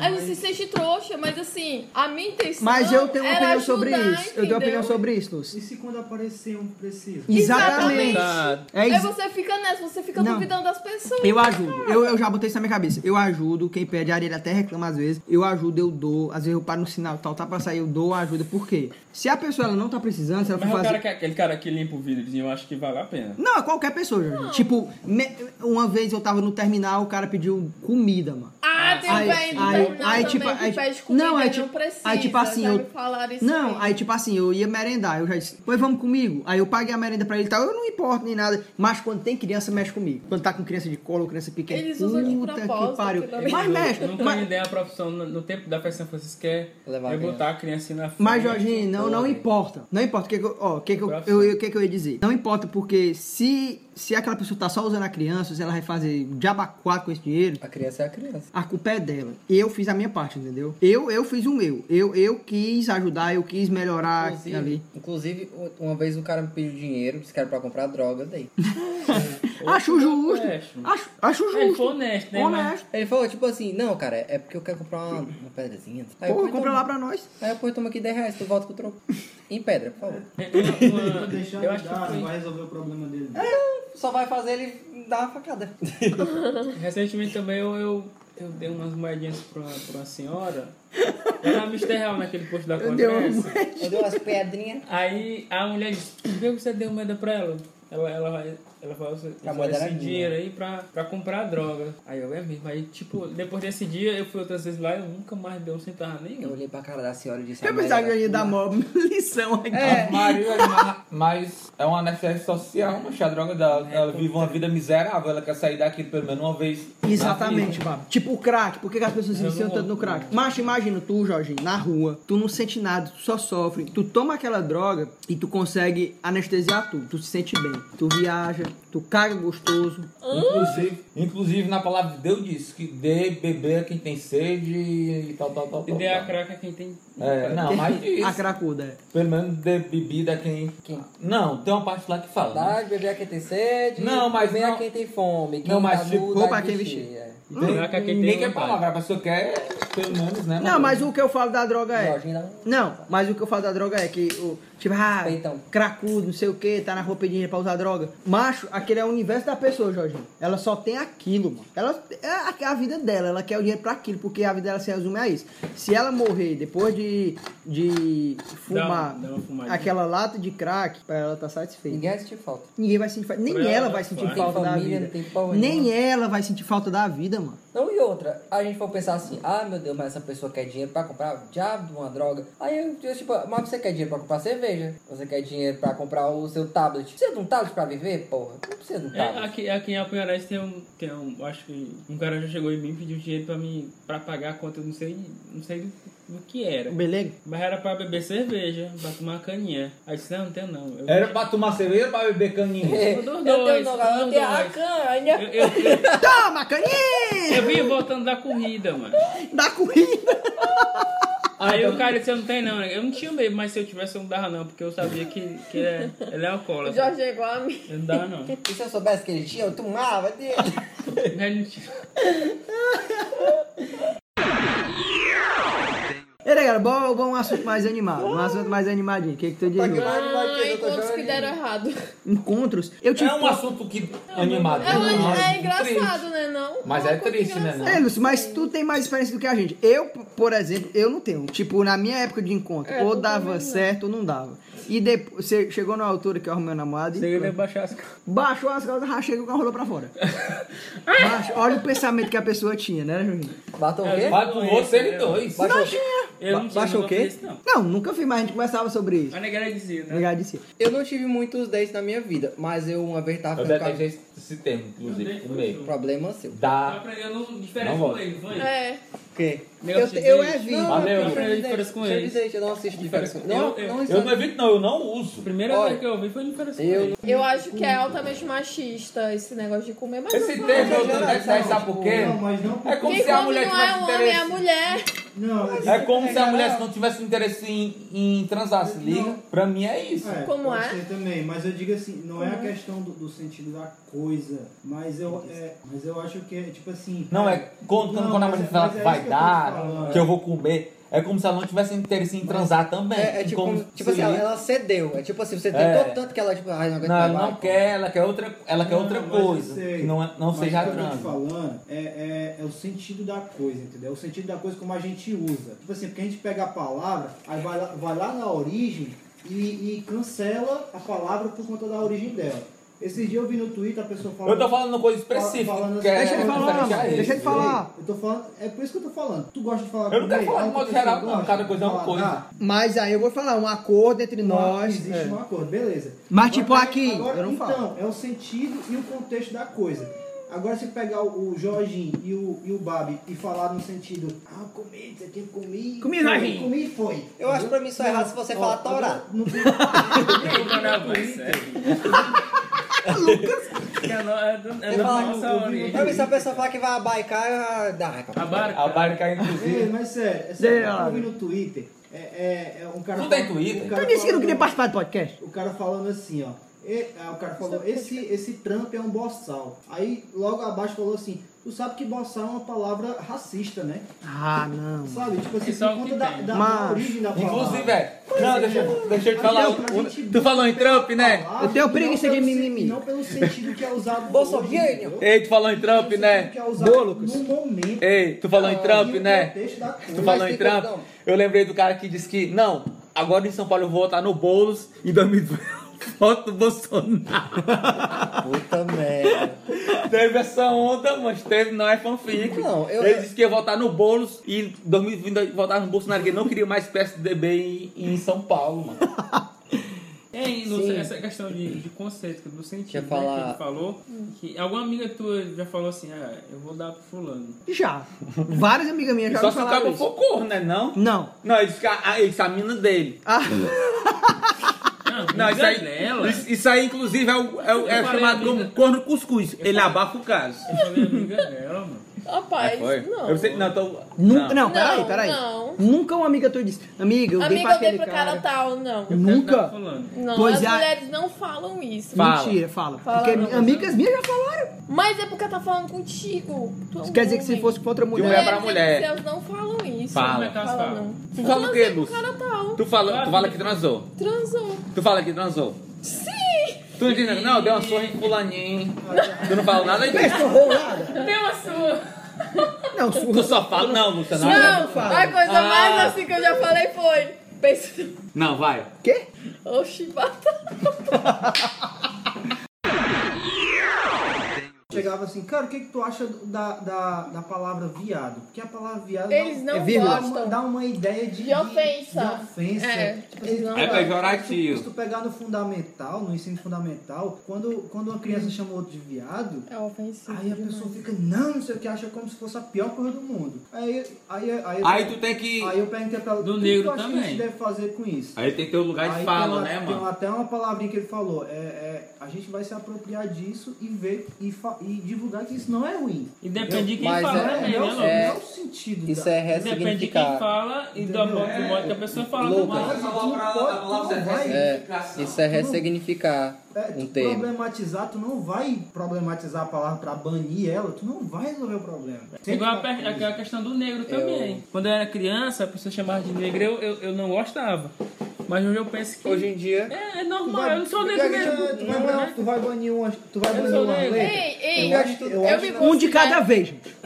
S6: Aí a gente se sente trouxa, mas assim, a minha intenção.
S2: Mas eu tenho uma
S6: era
S2: opinião sobre
S6: ajudar,
S2: isso. Eu tenho uma opinião
S6: entendeu?
S2: sobre isso, Lúcio.
S7: E se quando aparecer um que precisa?
S2: Exatamente.
S5: Tá.
S2: É
S6: Aí
S2: isso.
S6: você fica nessa, você fica
S2: Não.
S6: duvidando das pessoas.
S2: Eu ajudo. Eu, eu já botei isso na minha cabeça. Eu ajudo. Quem pede areia até reclama às vezes. Eu ajudo, eu dou. Às vezes eu paro no sinal tal, tá pra sair, eu dou a ajuda. Por quê? Se a pessoa ela não tá precisando, se ela for
S3: é
S5: Mas é o
S2: fazer.
S5: cara que, aquele cara que limpa o vidrozinho, eu acho que vale a pena.
S2: Não, é qualquer pessoa, Jorge. Tipo, me- uma vez eu tava no terminal, o cara pediu comida, mano.
S6: Ah, tem
S2: Aí-
S6: o pé do
S2: aí-
S6: terminal
S2: aí,
S6: também
S2: tipo,
S6: que
S2: aí-
S6: pede comida
S2: não, aí,
S6: e então não
S2: tipo-
S6: precisa.
S2: aí, tipo assim,
S6: já
S2: eu-
S6: me falaram isso
S2: Não,
S6: mesmo.
S2: aí tipo assim, eu ia merendar, eu já disse, pois vamos comigo. Aí eu paguei a merenda pra ele e tal, eu não importo nem nada. Mas quando tem criança, mexe comigo. Quando tá com criança de colo, criança pequena,
S6: Eles usam de
S2: puta que
S6: propósito,
S2: pariu.
S6: aquilo ali.
S2: Mas
S3: Eu
S2: mexe,
S3: Nunca
S2: mas,
S3: me dei a profissão no, no tempo da festa São Francisco é,
S4: Levar
S3: é
S4: a criança.
S3: botar a criança na frente.
S2: Mas, Jorginho, não, não
S4: Olha.
S2: importa. Não importa. O que, que, eu- ó, o que, que, eu,
S3: Coração.
S2: eu, eu- o que, que eu ia dizer? Não importa, porque se, se aquela pessoa tá só usando a criança, se ela vai fazer jabaquado com esse dinheiro,
S4: A criança é a criança.
S2: a culpa é dela. Eu fiz a minha parte, entendeu? Eu, eu fiz o meu. Eu, eu quis ajudar, eu quis melhorar
S4: Inclusive,
S2: ali.
S4: inclusive, uma vez um cara me pediu dinheiro, disse que era pra comprar droga, eu dei.
S2: Acho justo.
S3: honesto.
S2: Acho, acho
S3: É, ele foi
S2: justo.
S3: honesto, né? Mas-
S2: Honesto.
S4: Ele falou, tipo assim, não, cara, é porque eu quero comprar uma, uma pedrazinha. Aí eu,
S2: Porra,
S4: pô,
S2: compra
S4: então-
S2: lá pra nós.
S4: Aí eu, pô, toma aqui 10 reais, tu volta com o troco. Em pedra, por favor.
S3: Uma-
S7: Vou deixar
S3: eu
S7: ele
S3: acho que
S7: dar, não
S3: foi.
S7: vai resolver o problema dele.
S4: Só vai fazer ele dar uma facada.
S7: né?
S3: Recentemente também eu, eu, eu dei umas moedinhas pra, uma- pra uma senhora. Era Mr. Real naquele posto da
S2: Eu dei uma
S3: conferência.
S4: Eu dei umas pedrinhas.
S3: Aí a mulher disse, por que você deu moeda pra ela? Ela, ela vai. Ela falou assim,
S4: A moeda era
S3: esse
S4: minha."
S3: dinheiro aí pra, pra comprar droga. Aí eu é mesmo. Aí, tipo, depois desse dia eu fui outras vezes lá e eu nunca mais dei um centavo
S4: Eu
S3: nenhum.
S4: olhei pra cara da senhora e disse...
S2: Eu
S4: "Amélia,
S2: pensava que eu ia dar
S4: fuma."
S2: mó lição aqui.
S5: É. Maria, mas é uma necessidade social, mas a droga dela, ela vive uma vida miserável, ela quer sair daqui pelo menos uma vez. na
S2: Exatamente,
S5: vida.
S2: papo. Tipo o crack. Por que, que as pessoas se
S3: Eu
S2: viciam
S3: não
S2: tanto no
S3: gosto,
S2: crack? Mas imagina tu, Jorginho, na rua, tu não sente nada, tu só sofre. Tu toma aquela droga e tu consegue anestesiar tudo. Tu se sente bem. Tu viaja, tu caga gostoso.
S5: Inclusive, inclusive, na palavra de Deus diz que dê beber a quem tem sede e tal, tal, tal.
S3: E
S5: tal,
S3: dei a
S5: tal.
S3: craca quem tem.
S5: É, não, mas
S2: A
S5: isso.
S2: cracuda. é.
S5: Pelo menos dê bebida a quem.
S4: Quem?
S5: Não, tem uma parte lá que fala. né?
S4: Dá de beber a quem tem sede.
S5: Não, mas
S4: comer
S5: não-
S4: a quem tem fome. Quem
S5: Não, mas
S4: tá
S5: tipo,
S4: nu,
S2: roupa
S4: dá
S2: a
S4: de
S2: quem vestir.
S4: é.
S5: Ninguém-
S3: Dá pra quem tem
S5: Ninguém quer
S3: vontade.
S5: palavra, a pessoa quer, pelo menos, né?
S2: Não, mas o que eu falo da droga é.
S4: Jorginho dá um-
S2: Não, mas o que eu falo da droga é que, o, tipo, ah,
S4: Peitão.
S2: cracudo, não sei o que, tá na rua pedindo pra usar droga. Macho, aquele é o universo da pessoa, Jorginho. Ela só tem aquilo, mano. Ela, é a, é a vida dela, ela quer o dinheiro pra aquilo, porque a vida dela se resume a isso. Se ela morrer depois de, de fumar
S3: dá uma fumadinha.
S2: aquela lata de crack, ela tá satisfeita.
S4: Ninguém assiste falta.
S2: Ninguém vai sentir falta. Nem
S3: Pra
S2: ela
S3: ela, é
S2: vai sentir
S3: claro.
S2: falta da
S4: Família,
S2: vida.
S4: não tem porra
S2: Nem
S4: nenhuma.
S2: ela vai sentir falta da vida, mano.
S4: Não, e outra, a gente for pensar assim, ah, meu Deus, mas essa pessoa quer dinheiro pra comprar o diabo de uma droga. Aí eu, eu, tipo, mas você quer dinheiro pra comprar cerveja? Você quer dinheiro pra comprar o seu tablet? Precisa de um tablet pra viver, porra? Não precisa de um
S3: É,
S4: tablet.
S3: aqui, aqui em Apunharés tem um, tem um. Acho que um cara já chegou em mim e pediu dinheiro pra mim pra pagar a conta, não sei, não sei do, do que era.
S2: Beleza?
S3: Mas era pra beber cerveja, pra tomar uma caninha. Aí disse, não, não tenho não. Eu,
S5: Era pra tomar cerveja ou pra beber Tá caninha?
S4: É,
S3: um dos
S4: eu
S3: dois,
S4: tenho um
S3: um
S4: lugar, eu
S3: dos
S4: tenho a
S3: dois.
S4: canha.
S3: eu, eu, eu,
S2: Toma, caninha!
S3: eu vim voltando da corrida, mano.
S2: Da corrida!
S3: Aí o cara disse, eu não tenho não. né?" Eu não tinha mesmo, mas se eu tivesse eu não dava não, porque eu sabia que, que ele, é, ele é
S6: O
S3: alcoólatra.
S6: Jorge é igual a mim.
S3: Eu não dava não.
S4: E se eu soubesse que ele tinha, eu tomava dele.
S3: Ele não é tinha-
S2: Ei, galera, bom, bom um assunto mais animado. Um assunto mais animadinho. O que, que tu diz? Lu?
S6: Ah, encontros que deram errado.
S2: Encontros. Eu tive.
S5: É um assunto que animado.
S6: É,
S5: né?
S6: mas é
S5: Nossa,
S6: engraçado, né, não?
S5: Mas
S6: Uma
S5: é
S6: coisa
S5: triste, né, não?
S6: engraçada.
S2: É, Lúcio, mas tu tem mais experiência do que a gente. Eu, p- por exemplo, eu não tenho. Tipo, na minha época de encontro,
S6: É,
S2: ou
S6: tu
S2: dava
S6: também não.
S2: certo ou não dava. E depois, você chegou numa altura que eu arrumei o namorado e
S3: Você ia baixar as calças.
S2: baixou as calças, rachei e o carro rolou pra fora. Baixo, olha o pensamento que a pessoa tinha, né, Juninho?
S4: Batou o quê?
S5: Vai pro outro, ele dois.
S4: Baixou-
S2: Tinha.
S3: Eu
S4: Ba-
S3: não tinha
S4: baixa o
S3: nunca
S4: quê?
S3: feito isso, não.
S2: Não, nunca fiz, mas a gente conversava sobre isso.
S3: A negra dizia, né?
S2: Obrigado, disse.
S4: Eu não tive muitos 10 na minha vida, mas eu uma vez tava
S5: Eu
S4: ficando com a um
S5: detesto esse- esse termo, inclusive, comer.
S4: Problema seu.
S3: Eu
S5: Dá.
S3: aprendi, eu não diferente
S5: Ah. Não
S3: com ele, foi?
S6: É.
S4: O quê?
S3: Negócio
S4: Eu,
S3: de
S4: eu é
S3: dente.
S4: evito.
S5: Não, Valeu. eu
S4: Deixa
S3: aprendi
S4: dizer,
S3: diferença com
S4: deixa eu
S3: eles.
S4: dizer, eu não assisto diferença.
S3: Eu-
S4: Não,
S3: eu-
S4: não
S5: Eu não
S4: ensino.
S5: evito, não, eu não uso.
S3: A primeira
S4: Olha,
S3: vez que eu ouvi foi diferente com
S4: eu-
S3: ele.
S6: Eu acho que é altamente machista esse negócio de comer, mas
S5: Esse
S6: não
S5: termo
S6: fala.
S5: eu não detesto, sabe- sabe por quê?
S7: É, Não, mas não.
S5: É como
S6: Quem
S5: se a
S6: come
S5: mulher
S6: não é
S5: tivesse
S6: o homem, é a
S5: interesse.
S6: mulher.
S7: Não, é-
S5: É como se a mulher não tivesse interesse em, em transar, se liga. Pra mim é isso.
S7: É,
S6: Como
S7: pode
S6: é?
S7: ser também, mas eu digo assim, não é a questão do, do sentido da coisa, mas eu, é, mas eu acho que é tipo assim.
S5: Não, é quando, quando,
S7: Não,
S5: quando a
S7: mas
S5: mulher
S7: é-
S5: fala
S7: mas é
S5: que
S7: isso
S5: vai
S7: que eu tô
S5: dar,
S7: falando. é.
S5: que eu vou comer, é como se ela não tivesse interesse em transar também.
S4: É, é
S5: Em
S4: tipo,
S5: como
S4: tipo assim,
S5: se-
S4: ela, ela cedeu. É tipo assim, você
S5: É.
S4: tentou tanto que ela, tipo, ai, não aguento
S5: Não,
S4: mais,
S5: ela
S4: vai.
S5: não quer, ela quer outra, ela quer
S7: Não,
S5: outra
S7: mas eu
S5: coisa.
S7: sei.
S5: Que não, é- não
S7: Mas
S5: seja
S7: o
S5: a
S7: que eu tô te
S5: transa.
S7: falando é, é, é o sentido da coisa, entendeu? O sentido da coisa como a gente usa. Tipo assim, porque a gente pega a palavra, aí vai lá, vai lá na origem e, e cancela a palavra por conta da origem dela. Esses dias eu vi no Twitter a pessoa falando.
S5: Eu tô falando uma coisa específica.
S7: Falando assim,
S5: que é
S2: Deixa ele falar,
S5: diferente a
S2: mano,
S5: isso.
S2: deixa ele falar.
S7: Eu tô falando, é por isso que eu tô falando. Tu gosta de falar
S5: Eu não quero
S7: comigo?
S5: falar
S7: Ah,
S5: de modo
S7: outra pessoa
S5: geral, não.
S7: gosta
S5: Cada coisa é uma
S7: de
S5: coisa.
S7: falar,
S2: Mas aí eu vou falar, um acordo entre
S7: Não,
S2: nós.
S7: tá.
S2: É.
S7: existe um acordo, beleza.
S2: Mas, tipo,
S7: Agora,
S2: aqui,
S7: agora,
S2: eu não
S7: então,
S2: falo.
S7: é o sentido e o contexto da coisa. Agora, se pegar o, o Jorginho e o, e o Babi e falar no sentido, ah, eu comi, isso aqui eu comi.
S2: Comi,
S7: foi,
S2: Jorginho."
S7: Comi e foi.
S4: Eu acho pra mim
S2: é
S4: só errado se você falar torá.
S7: Não tem.
S3: Não, mas é. É no- é do- é
S4: Você
S3: da
S4: fala que
S3: nossa
S7: eu- eu vi-
S3: origem.
S4: Pra mim, se a pessoa falar que vai abaicar, eu- dá,
S3: A
S4: cara.
S3: barca.
S5: A barca, é
S7: Ei,
S5: inclusive.
S7: mas sério,
S2: Sei
S7: é sério,
S2: lá.
S7: eu vi no Twitter. É, é, é um cara.
S5: Não tem
S7: fala-
S5: Twitter?
S7: um
S2: Tu
S7: cara
S2: disse que não
S7: falando-
S2: queria participar do podcast?
S7: O cara falando assim, ó. E- ah, o cara falou, esse, esse Trump é um boçal. Aí logo abaixo falou assim, tu sabe que boçal é uma palavra racista, né?
S2: Ah, não.
S7: Sabe? Tipo assim,
S3: Isso é o
S7: por
S3: que
S7: conta da,
S3: tem.
S7: da,
S2: Mas-
S7: da origem da palavra.
S5: Inclusive, é. Não, deixa, deixa eu te
S7: A
S5: falar.
S7: gente- é a
S5: um-
S7: gente-
S5: Tu falou em Trump, né?
S7: Palavra,
S2: Eu tenho
S7: não
S2: preguiça de
S7: pelo sen-
S2: mimimi.
S7: Não pelo sentido que é usado
S4: Bolsonaro.
S7: hoje, entendeu?
S5: Ei, tu falou em Trump,
S7: Pelo
S5: né?
S7: sentido que é usado
S2: Boulos.
S7: No momento.
S5: Ei, tu falou em Trump,
S7: E o
S5: né?
S7: contexto da
S5: Tu
S7: coisa.
S5: falou
S4: Mas
S5: em
S4: tem
S5: Trump?
S4: como não.
S5: Eu lembrei do cara que disse que, não, agora em São Paulo eu vou votar no Boulos e 2012 eu voto no Bolsonaro.
S4: Puta merda.
S5: teve essa onda, mas teve, não é fanfic.
S4: Não, eu-
S5: Ele disse que ia votar no Boulos e em 2020 votar no Bolsonaro, que ele não queria mais PSDB em, em São Paulo, mano.
S3: Ei, não
S4: Sim.
S3: sei, essa questão de, de conceito, do sentido
S4: Quer
S3: né,
S4: falar-
S3: que ele falou. Que alguma amiga tua já falou assim, ah, eu vou dar pro fulano.
S2: Já. Várias amigas minhas já
S5: Só
S2: me
S5: se o
S2: falaram
S5: cabo
S2: isso.
S5: for corno, né? Não?
S2: Não.
S5: Não, ele disse que a, a- ele disse a mina dele.
S2: Ah,
S3: Não,
S5: Não, isso aí,
S3: nela.
S5: isso, isso aí inclusive, é, o- é o- é
S3: Eu falei a
S5: chamado
S3: mina-
S5: como corno cuscuz. Ele abafa o caso.
S3: Eu falei amiga dela, mano.
S5: É,
S6: Rapaz, É não.
S5: Eu sei, não, tô...
S2: nunca. Não, peraí,
S6: Não,
S2: peraí.
S6: não.
S2: Nunca uma amiga tua disse. Amiga, eu dei
S6: Amiga,
S2: pra
S6: eu dei
S2: aquele
S6: pra cara
S2: cara.
S6: tal,
S3: Quero
S6: não.
S3: dar pro
S2: Nunca?
S3: fulano.
S6: Não,
S2: Pois
S6: as
S2: é.
S6: mulheres não falam isso.
S5: Fala.
S2: Mentira, fala.
S6: Fala,
S2: Porque
S6: não,
S2: amigas minhas já falaram.
S6: Mas é porque tá falando contigo. Tu é um
S2: Isso quer dizer que se
S6: homem.
S2: fosse com outra mulher.
S5: mulher pra
S6: Mulheres,
S5: mulher.
S6: Eles não falam isso.
S5: Fala.
S6: Não fala, não.
S5: Tu fala o quê,
S6: Transei com
S5: Lúcia?
S6: é cara tal.
S5: Tu fala, tu fala que transou.
S6: Transou.
S5: Tu fala que transou.
S6: Sim!
S5: Tu não entendeu? Não, deu uma surra em fulaninho. Tu não fala nada disso.
S2: Pensa, rolada.
S6: Deu a sua.
S2: Não, surra.
S5: Tu só fala. Não, Luciano.
S6: Não,
S2: fala.
S6: a coisa
S5: Ah.
S6: mais assim que eu já falei foi. Pensa.
S5: Não, vai.
S2: Quê?
S6: Oxi, batata.
S7: Chegava assim, cara, o que, que tu acha da, da, da palavra viado? Porque a palavra viado
S6: Eles
S7: dá,
S6: não
S2: É vírgula.
S7: dá uma,
S6: gostam.
S7: dá uma ideia de,
S6: De ofensa.
S7: de ofensa.
S6: É,
S7: Tipo
S6: eles
S7: assim,
S6: não
S5: É
S6: gostam.
S5: pejorativo.
S7: Se tu pegar no fundamental, no ensino fundamental, quando, quando uma criança chama outro de viado,
S6: É ofensivo.
S7: aí a
S6: demais.
S7: pessoa fica, não, não sei o que, acha como se fosse a pior coisa do mundo. Aí, aí, aí, aí,
S5: Aí tu tem que.
S7: aí eu perguntei pra ela,
S3: Do
S7: o que
S3: negro
S7: tu acha que a
S3: também.
S7: gente deve fazer com isso?
S5: Aí tem que ter o lugar de
S7: Aí
S5: fala,
S7: tem
S5: né,
S7: uma- Tem
S5: mano?
S7: até uma palavrinha que ele falou, é, é, a gente vai se apropriar disso e ver e, fa- e divulgar que isso não é ruim.
S3: E depende de quem
S4: Mas
S3: fala
S4: é-
S3: também, né,
S7: não,
S3: Lu?
S7: não
S4: é-
S7: é o sentido.
S4: Isso
S7: da-
S4: é
S3: Depende de quem
S4: ressignificar.
S3: fala e do modo, do modo que a pessoa fala
S4: Louca.
S3: também.
S7: Mas tu não pode, tu não vai,
S4: né? É, isso é ressignificar
S7: é, tu
S4: um termo.
S7: problematizar, tu não vai problematizar a palavra pra banir ela, tu não vai resolver o problema. Sempre
S3: Igual a,
S7: tá-
S3: pe- a- a questão do negro também. Quando eu era criança, a pessoa chamava de negro, eu, eu, eu não gostava. Mas hoje eu penso que.
S4: Hoje em dia,
S3: É, é
S7: Tu
S3: normal,
S7: vai-
S3: eu não sou
S7: tu
S3: negro
S7: vai-
S3: mesmo. né?
S7: Tu vai, banir- tu vai banir uma, tu vai
S3: Eu
S7: banir
S3: sou
S7: uma
S3: negro.
S7: letra.
S6: Ei, ei,
S7: Eu acho- eu
S6: eu
S7: acho
S6: me
S7: que-
S2: Um de
S6: considero-
S2: cada vez. gente.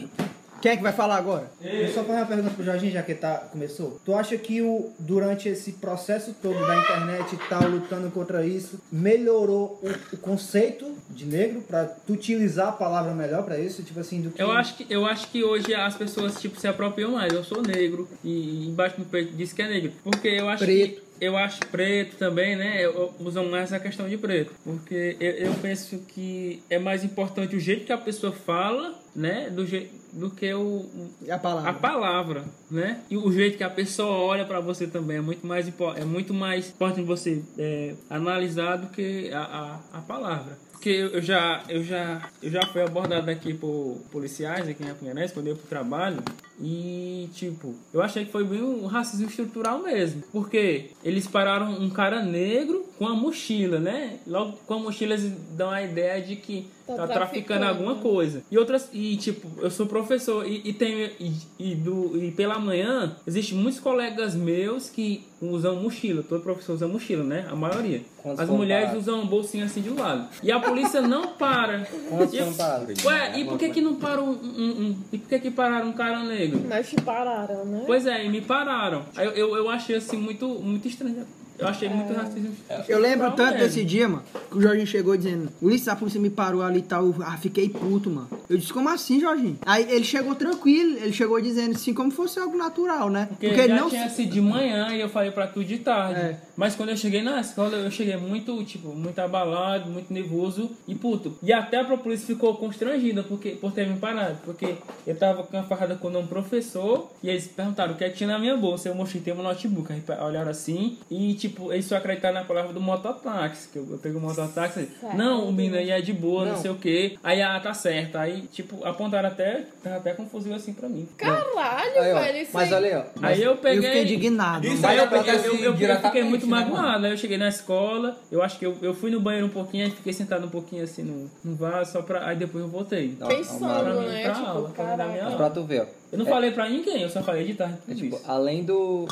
S2: Quem é que vai falar agora?
S7: Eu só fazer uma pergunta pro Jorginho, já que ele tá, começou. Tu acha que o, durante esse processo todo da internet e tal, lutando contra isso, melhorou o, o conceito de negro pra tu utilizar a palavra melhor pra isso? Tipo assim, do que...
S3: Eu acho que, eu acho que hoje as pessoas tipo, se apropriam mais. Eu sou negro e embaixo do peito diz que é negro. Porque eu acho
S2: Preto.
S3: que. Eu acho preto também, né? Eu eu uso mais essa questão de preto. Porque eu, eu penso que é mais importante o jeito que a pessoa fala, né? Do, je, do que o,
S2: E É a palavra?
S3: a palavra, né? E o jeito que a pessoa olha pra você também é muito mais impo- é muito mais importante você é, analisar do que a, a, a palavra. Porque eu eu já, eu já, eu já fui abordado aqui por policiais aqui em Apunhanés, quando eu ia pro trabalho. E, tipo, eu achei que foi bem um racismo estrutural mesmo. Porque eles pararam um cara negro com a mochila, né? Logo com a mochila eles dão a ideia de que
S6: Tá
S3: tá, traficando
S6: traficando.
S3: alguma coisa. E outras. E tipo, eu sou professor e, e tenho. E, e do, e pela manhã, existem muitos colegas meus que usam mochila. Todo professor usa mochila, né? A maioria.
S4: Quantos
S3: As
S4: foram
S3: mulheres
S4: parados?
S3: usam um bolsinho assim de lado. E a polícia não para.
S4: Quantos
S3: E-
S4: foram parados?
S3: Ué, e por que que não parou um, um- um- E por que que pararam um cara negro?
S6: Mas te pararam, né?
S3: Pois é, e me pararam. Aí eu, eu, eu achei assim muito, muito estranho. Eu achei muito racismo.
S2: Eu lembro
S3: Não,
S2: tanto
S3: velho.
S2: desse dia, mano, que o Jorginho chegou dizendo, Ulisses, a polícia me parou ali e tal, eu ah, fiquei puto, mano. Eu disse, como assim, Jorginho? Aí ele chegou tranquilo, ele chegou dizendo assim, como fosse algo natural, né?
S3: Porque,
S2: ele
S3: já
S2: não...
S3: tinha
S2: se-
S3: sido de manhã e eu falei pra tu de tarde.
S2: É.
S3: Mas quando eu cheguei na escola, eu cheguei muito, tipo, muito abalado, muito nervoso e puto. E até a polícia ficou constrangida porque, por ter me parado. Porque eu tava com uma farrada com um professor e eles perguntaram o que é que tinha na minha bolsa. Eu mostrei, tem um notebook. Aí pa- olharam assim e, tipo, eles só acreditaram na palavra do mototáxi. Que eu, eu peguei o mototáxi
S6: Certo.
S3: e não, o menino aí é de boa, não.
S4: Não.
S3: sei o que. Aí, ah, tá certo. Aí, tipo, apontaram até, tava até com um fuzil assim pra mim.
S6: Caralho,
S4: Aí, ó,
S6: velho, isso
S4: mas
S6: é. aí-
S4: olha aí, ó.
S3: Aí eu
S2: Eu
S3: peguei.
S2: fiquei indignado.
S5: Isso
S2: mano.
S3: Aí
S5: Mas
S3: eu,
S5: é pra
S3: peguei,
S5: ter
S3: eu,
S5: assim,
S3: eu- eu fiquei
S5: diretamente,
S3: muito
S5: né,
S3: magoado. Aí eu cheguei na escola, eu acho que eu, eu fui no banheiro um pouquinho, aí fiquei sentado um pouquinho assim no, no vaso, só pra. Aí depois eu voltei.
S4: Não,
S6: Pensando,
S3: Pra mim,
S6: né?
S3: pra
S6: Tipo,
S3: aula, pra dar
S6: caraca.
S3: minha
S4: Mas
S3: aula.
S4: pra tu ver, ó.
S3: Eu
S5: É.
S3: não falei pra ninguém, eu só falei de tarde.
S4: É,
S3: tudo
S4: tipo,
S5: ah,
S3: isso.
S4: além do,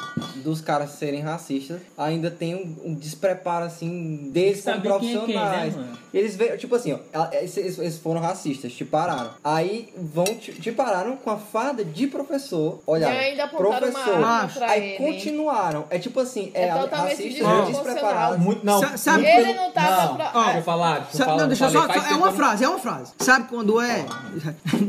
S4: dos caras serem racistas, ainda tem um, um despreparo, assim, deles como
S3: Saber quem é quem, né,
S4: profissionais.
S3: mano?
S4: Eles veio, tipo assim, ó, ela- eles, eles foram racistas, te pararam. Aí vão, te, te pararam com a farda de professor. Olha,
S6: E ainda apontaram
S4: professor.
S6: uma arma
S2: Macho.
S6: pra
S4: aí
S6: ele.
S4: continuaram. É tipo assim, é,
S6: É totalmente
S4: racista
S2: desproporcional.
S4: despreparado.
S5: Muito, não.
S2: Sa- sabe-
S6: Ele não tava
S5: Não.
S6: pra... É,
S2: Ó,
S5: Deixa eu falar, deixa eu
S2: Sabe-
S5: falar.
S2: não, deixa eu só,
S5: Falei,
S2: só-
S5: faz
S2: É uma
S5: tempo. né?
S2: frase, é uma frase. Sabe quando é?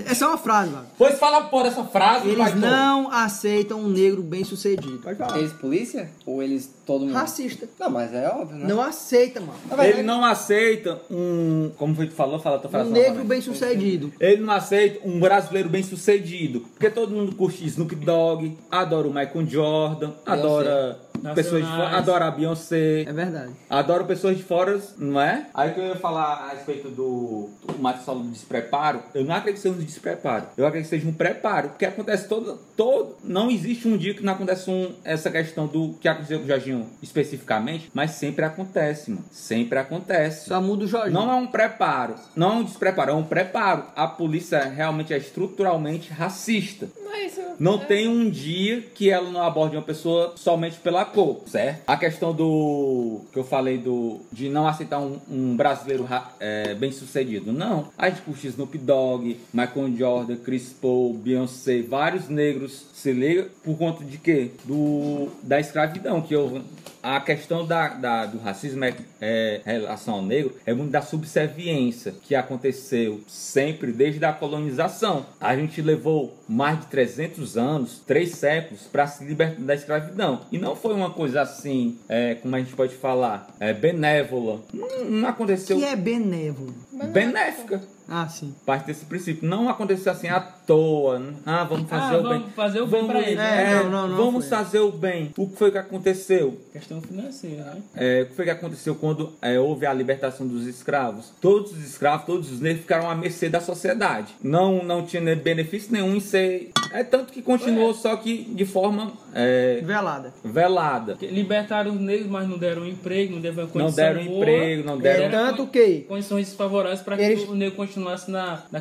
S2: É só uma frase, mano.
S5: Pois fala porra dessa frase,
S2: Eles
S5: Paitor.
S2: não aceitam um negro bem sucedido. Pode falar.
S4: Eles polícia? Ou eles todo mundo?
S2: Racista.
S4: Não, mas é óbvio, né?
S2: Não aceita, mano.
S4: Na verdade,
S5: Ele não aceita um. Como foi que tu falou? Fala a tua frase.
S2: Um negro
S5: novamente.
S2: bem sucedido.
S5: Ele não aceita um brasileiro bem sucedido. Porque todo mundo curte Snoop Dogg, adora o Michael Jordan, adora pessoas de fora,
S3: Nacionais.
S5: adora a Beyoncé.
S2: É verdade.
S5: Adoro pessoas de fora, não é? Aí que eu ia falar a respeito do, do Matheus falando de despreparo. Eu não acredito que seja um despreparo. Eu acredito que seja um preparo. Porque acontece todo. todo não existe um dia que não aconteça um, essa questão do que aconteceu com o Jorginho especificamente, mas sempre acontece, mano. Sempre acontece.
S2: Só muda o Jorginho.
S5: Não é um preparo, não é um despreparo, é um preparo. A polícia realmente é estruturalmente racista.
S6: Não é isso.
S5: Não
S6: É.
S5: tem um dia que ela não aborde uma pessoa somente pela cor, certo? A questão do. que eu falei do. de não aceitar um, um brasileiro ra- é, bem sucedido. Não. A gente curte Snoop Dogg, Michael Jordan, Chris Paul, Beyoncé, vários negros se ligam por conta de quê? Do. da escravidão, que eu. A questão da, da- do racismo é, é, em relação ao negro é muito da subserviência que aconteceu sempre desde a colonização. A gente levou mais de 300 anos, três séculos, para se libertar da escravidão. E não foi uma coisa assim, é, como a gente pode falar, é, benévola. Não, não aconteceu
S2: Que é benévolo.
S6: Mas não é
S5: benéfica.
S2: Ah, sim.
S5: Parte desse princípio. Não aconteceu assim à toa. né? Ah, vamos fazer
S3: Ah,
S5: o
S3: vamos
S5: bem.
S3: fazer o bem pra ele.
S2: É, não, não, não
S5: vamos
S2: foi.
S5: fazer o bem. O que foi que aconteceu?
S3: Questão financeira, né?
S5: É, o que foi que aconteceu quando é, houve a libertação dos escravos? Todos os escravos, todos os negros ficaram à mercê da sociedade. Não, não tinha benefício nenhum em ser É tanto que continuou, só que de forma é,
S2: Velada.
S5: velada.
S3: Libertaram os negros, mas não deram emprego, não deram condição
S5: Não deram
S3: boa,
S5: emprego, não
S2: É
S5: deram.
S2: tanto que.
S3: Condições desfavoráveis para que
S2: Eles-
S3: o negro continuasse na, na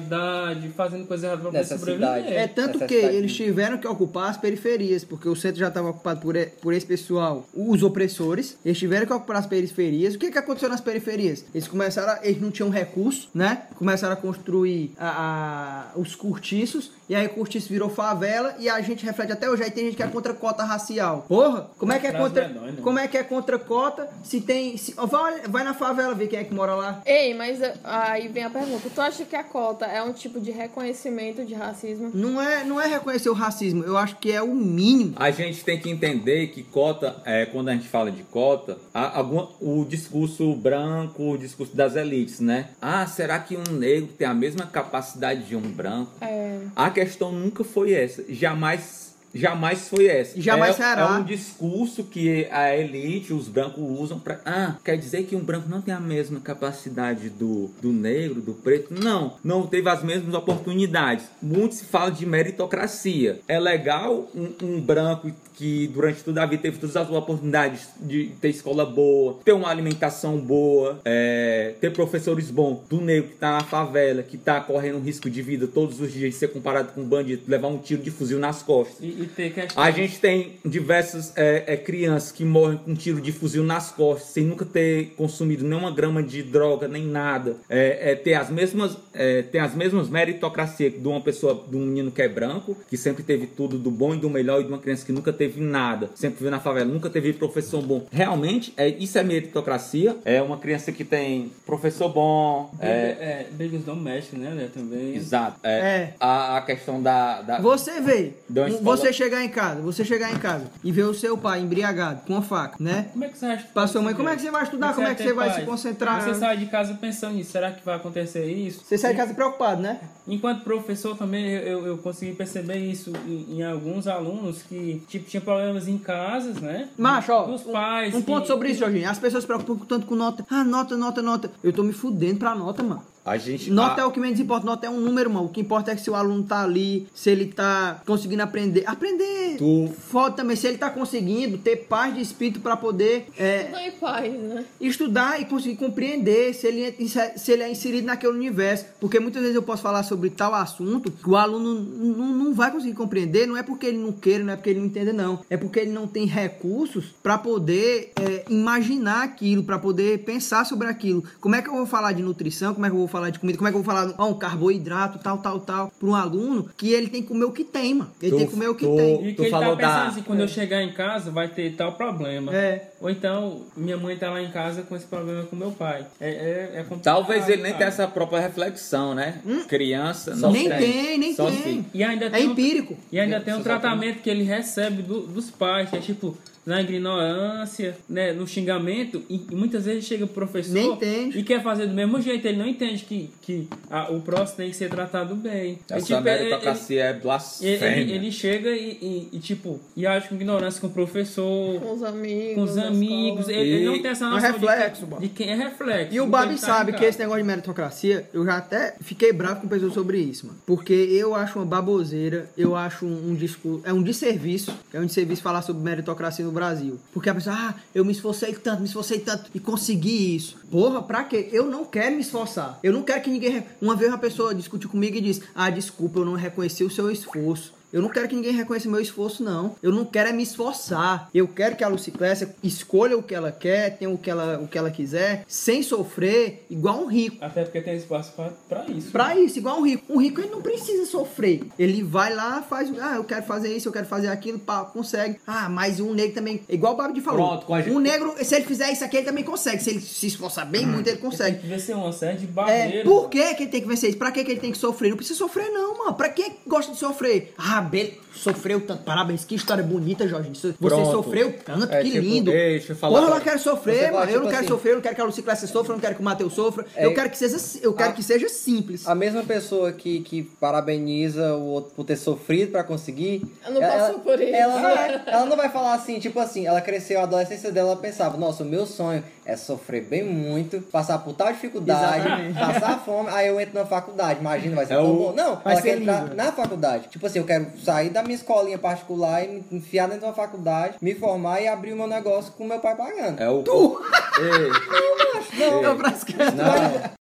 S3: criminalidade, fazendo coisa errada para poder
S4: Nessa cidade.
S3: sobreviver.
S2: É tanto
S4: Essa
S2: que
S4: cidade-
S2: eles tiveram que ocupar as periferias, porque o centro já estava ocupado por, e- por esse pessoal, os opressores. Eles tiveram que ocupar as periferias. O que, que aconteceu nas periferias? Eles começaram, a- eles não tinham recurso, né? Começaram a construir a- a- os cortiços, e aí o cortiço virou favela, e a gente reflete até hoje. Aí tem gente que é contra cota racial. Porra, como é que é
S3: Frase
S2: contra,
S3: menor, né?
S2: como é que é contra cota se tem. se- ó, vai, vai na favela ver quem é que mora lá.
S6: Ei, mas eh, aí vem a pergunta. Tu acha que a cota é um tipo de reconhecimento de racismo?
S2: Não é, não é reconhecer o racismo, eu acho que é o mínimo.
S5: A gente tem que entender que cota, é, quando a gente fala de cota, há alguma- o discurso branco, o discurso das elites, né? Ah, será que um negro tem a mesma capacidade de um branco?
S6: É.
S5: A questão nunca foi essa. Jamais, jamais foi essa.
S2: E jamais
S5: é,
S2: será.
S5: É um discurso que a elite, os brancos usam pra. Ah, quer dizer que um branco não tem a mesma capacidade do, do negro, do preto? Não. Não teve as mesmas oportunidades. Muito se fala de meritocracia. É legal um, um branco que durante toda a vida teve todas as oportunidades de ter escola boa, ter uma alimentação boa, é, ter professores bons, do negro que tá na favela, que tá correndo risco de vida todos os dias de ser comparado com um bandido, levar um tiro de fuzil nas costas.
S3: E, e ter questão.
S5: A gente tem diversas é, é, crianças que morrem com tiro de fuzil nas costas, sem nunca ter consumido nenhuma grama de droga, nem nada. É, é, tem, as mesmas, é, tem as mesmas meritocracias de uma pessoa, de um menino que é branco, que sempre teve tudo do bom e do melhor, e de uma criança que nunca teve nada, sempre viveu na favela, nunca teve professor bom. Realmente, é, isso é meritocracia. É uma criança que tem professor bom. é,
S3: É, brigas domésticas, né, né, também.
S5: exato. É,
S2: É.
S5: A, a questão da. da-
S2: Você vê,
S5: Ah, Deu uma
S2: um-
S5: escola-
S2: você chegar em casa, você chegar em casa e ver o seu pai embriagado com a faca, né?
S3: Como é que você vai estudar?
S2: Pra sua mãe, como é que você vai estudar? Como é que
S3: ter
S2: você vai
S3: paz?
S2: se concentrar?
S3: Você sai de casa pensando nisso, será que vai acontecer isso?
S2: Você sai de casa preocupado, né?
S3: Enquanto professor também eu, eu, eu consegui perceber isso em, em alguns alunos que tipo tinha problemas em casas, né?
S2: Macho, ó,
S3: Dos pais.
S2: um ponto
S3: que-
S2: sobre isso, Jorginho. As pessoas se preocupam tanto com nota. Ah, nota, nota, nota. Eu tô me fudendo pra nota, mano.
S5: A gente.
S2: Nota
S5: a-
S2: é o que menos importa, nota é um número, mano. O que importa é que se o aluno tá ali, se ele tá conseguindo aprender. Aprender!
S5: Tu-
S2: Foda também, se ele tá conseguindo ter paz de espírito pra poder é,
S6: Tudo em paz, né?
S2: estudar e conseguir compreender se ele, é- se ele é inserido naquele universo. Porque muitas vezes eu posso falar sobre tal assunto que o aluno n- n- não vai conseguir compreender, não é porque ele não queira, não é porque ele não entenda, não. É porque ele não tem recursos para poder é, imaginar aquilo, para poder pensar sobre aquilo. Como é que eu vou falar de nutrição? Como é que eu vou falar de comida? Como é que eu vou falar de um carboidrato, tal, tal, tal, para um aluno que ele tem que comer o que tem, mano. Ele
S5: Tu-
S2: tem que comer o que
S5: tu-
S2: tem.
S3: E que
S5: Tu
S3: ele tá
S5: falou
S3: pensando
S5: da-
S3: assim, quando eu chegar em casa vai ter tal problema.
S2: É.
S3: Ou então, minha mãe tá lá em casa com esse problema com meu pai. É, é, é complicado,
S5: Talvez ele nem
S3: cara.
S5: tenha essa própria reflexão, né? Criança, não
S2: Hum. Nem tem, nem
S5: Só
S2: tem.
S5: se-
S3: E ainda
S2: É
S3: tem um-
S2: empírico.
S3: E ainda tem um
S4: Você só tem-
S3: tratamento que ele recebe do- dos pais, que é tipo na ignorância, né, no xingamento, e, e muitas vezes chega o professor
S2: Nem entende.
S3: e quer fazer do mesmo jeito, ele não entende que, que a- o próximo tem que ser tratado bem. É
S5: Essa
S3: tipo, é-
S5: meritocracia é
S3: ele,
S5: blasfêmia.
S3: ele- ele chega e, e- e, tipo, e age com ignorância com o professor,
S6: Com os amigos.
S3: com os
S6: na
S3: amigos,
S6: escola.
S3: ele, ele
S5: E-
S3: não tem essa
S2: É um
S3: noção de
S2: reflexo,
S3: quem-
S2: mano.
S3: de, quem é reflexo.
S2: E o
S3: de
S2: Babi
S3: quem tá em
S2: sabe que
S3: casa.
S2: esse negócio de meritocracia, eu já até fiquei bravo com pessoas sobre isso, mano. Porque eu acho uma baboseira, eu acho um, um discurso. É um desserviço. É um desserviço falar sobre meritocracia no Brasil. Porque a pessoa, ah, eu me esforcei tanto, me esforcei tanto e consegui isso. Porra, pra quê? Eu não quero me esforçar. Eu não quero que ninguém. re- Uma vez uma pessoa discutiu comigo e disse: Ah, desculpa, eu não reconheci o seu esforço. Eu não quero que ninguém reconheça meu esforço, não. Eu não quero é me esforçar. Eu quero que a Luciclésia escolha o que ela quer, tenha o que ela, o que ela quiser, sem sofrer, igual um rico.
S3: Até porque tem espaço pra, pra isso. né?
S2: Pra isso, igual um rico. Um rico, ele não precisa sofrer. Ele vai lá, faz... Ah, eu quero fazer isso, eu quero fazer aquilo, pá, consegue. Ah, mas um negro também... é Igual o Babi falou.
S5: Pronto, com a gente- Hum.
S2: Um negro, se ele fizer isso aqui, ele também consegue. Se ele se esforçar bem muito, ele consegue.
S3: Deve ser uma série de
S2: É,
S3: barreiras. né?
S2: por que, que ele tem que vencer isso? Pra que, que ele tem que sofrer? Não precisa sofrer, não, mano. Pra quem gosta de sofrer? Ah, beleza, sofreu tanto. Parabéns, que história bonita, Jorge. Você
S5: Pronto.
S2: sofreu tanto,
S5: É,
S2: que
S5: tipo,
S2: lindo.
S5: ei, deixa eu falar
S2: Porra, eu
S5: pra-
S2: não quero
S4: Você
S2: sofrer,
S4: fala,
S2: mano. Eu
S4: tipo
S2: não quero
S4: assim,
S2: sofrer, eu não quero que a Luciclácia sofra, eu não quero que o Matheus sofra. eu
S4: É-
S2: quero que seja, assim, eu quero
S4: Ah.
S2: que seja simples.
S4: A mesma pessoa que, que parabeniza o outro por ter sofrido pra conseguir.
S6: Eu não passou por isso. Ah,
S4: Ela não, vai, ela não vai falar assim, tipo assim, ela cresceu a adolescência dela, ela pensava, nossa, o meu sonho é é sofrer bem muito, passar por tal dificuldade,
S2: Exatamente.
S4: passar fome, aí eu entro na faculdade. Imagina, vai ser
S5: É
S4: tão
S5: o-
S4: bom. Não,
S2: Vai ser
S4: ela quer entrar
S2: lindo.
S4: na faculdade. Tipo assim, eu quero sair da minha escolinha particular e me enfiar dentro de uma faculdade, me formar e abrir o meu negócio com meu pai pagando.
S5: É o. Tu! Ei,
S2: Não, É, não, pra esquerda.
S5: não.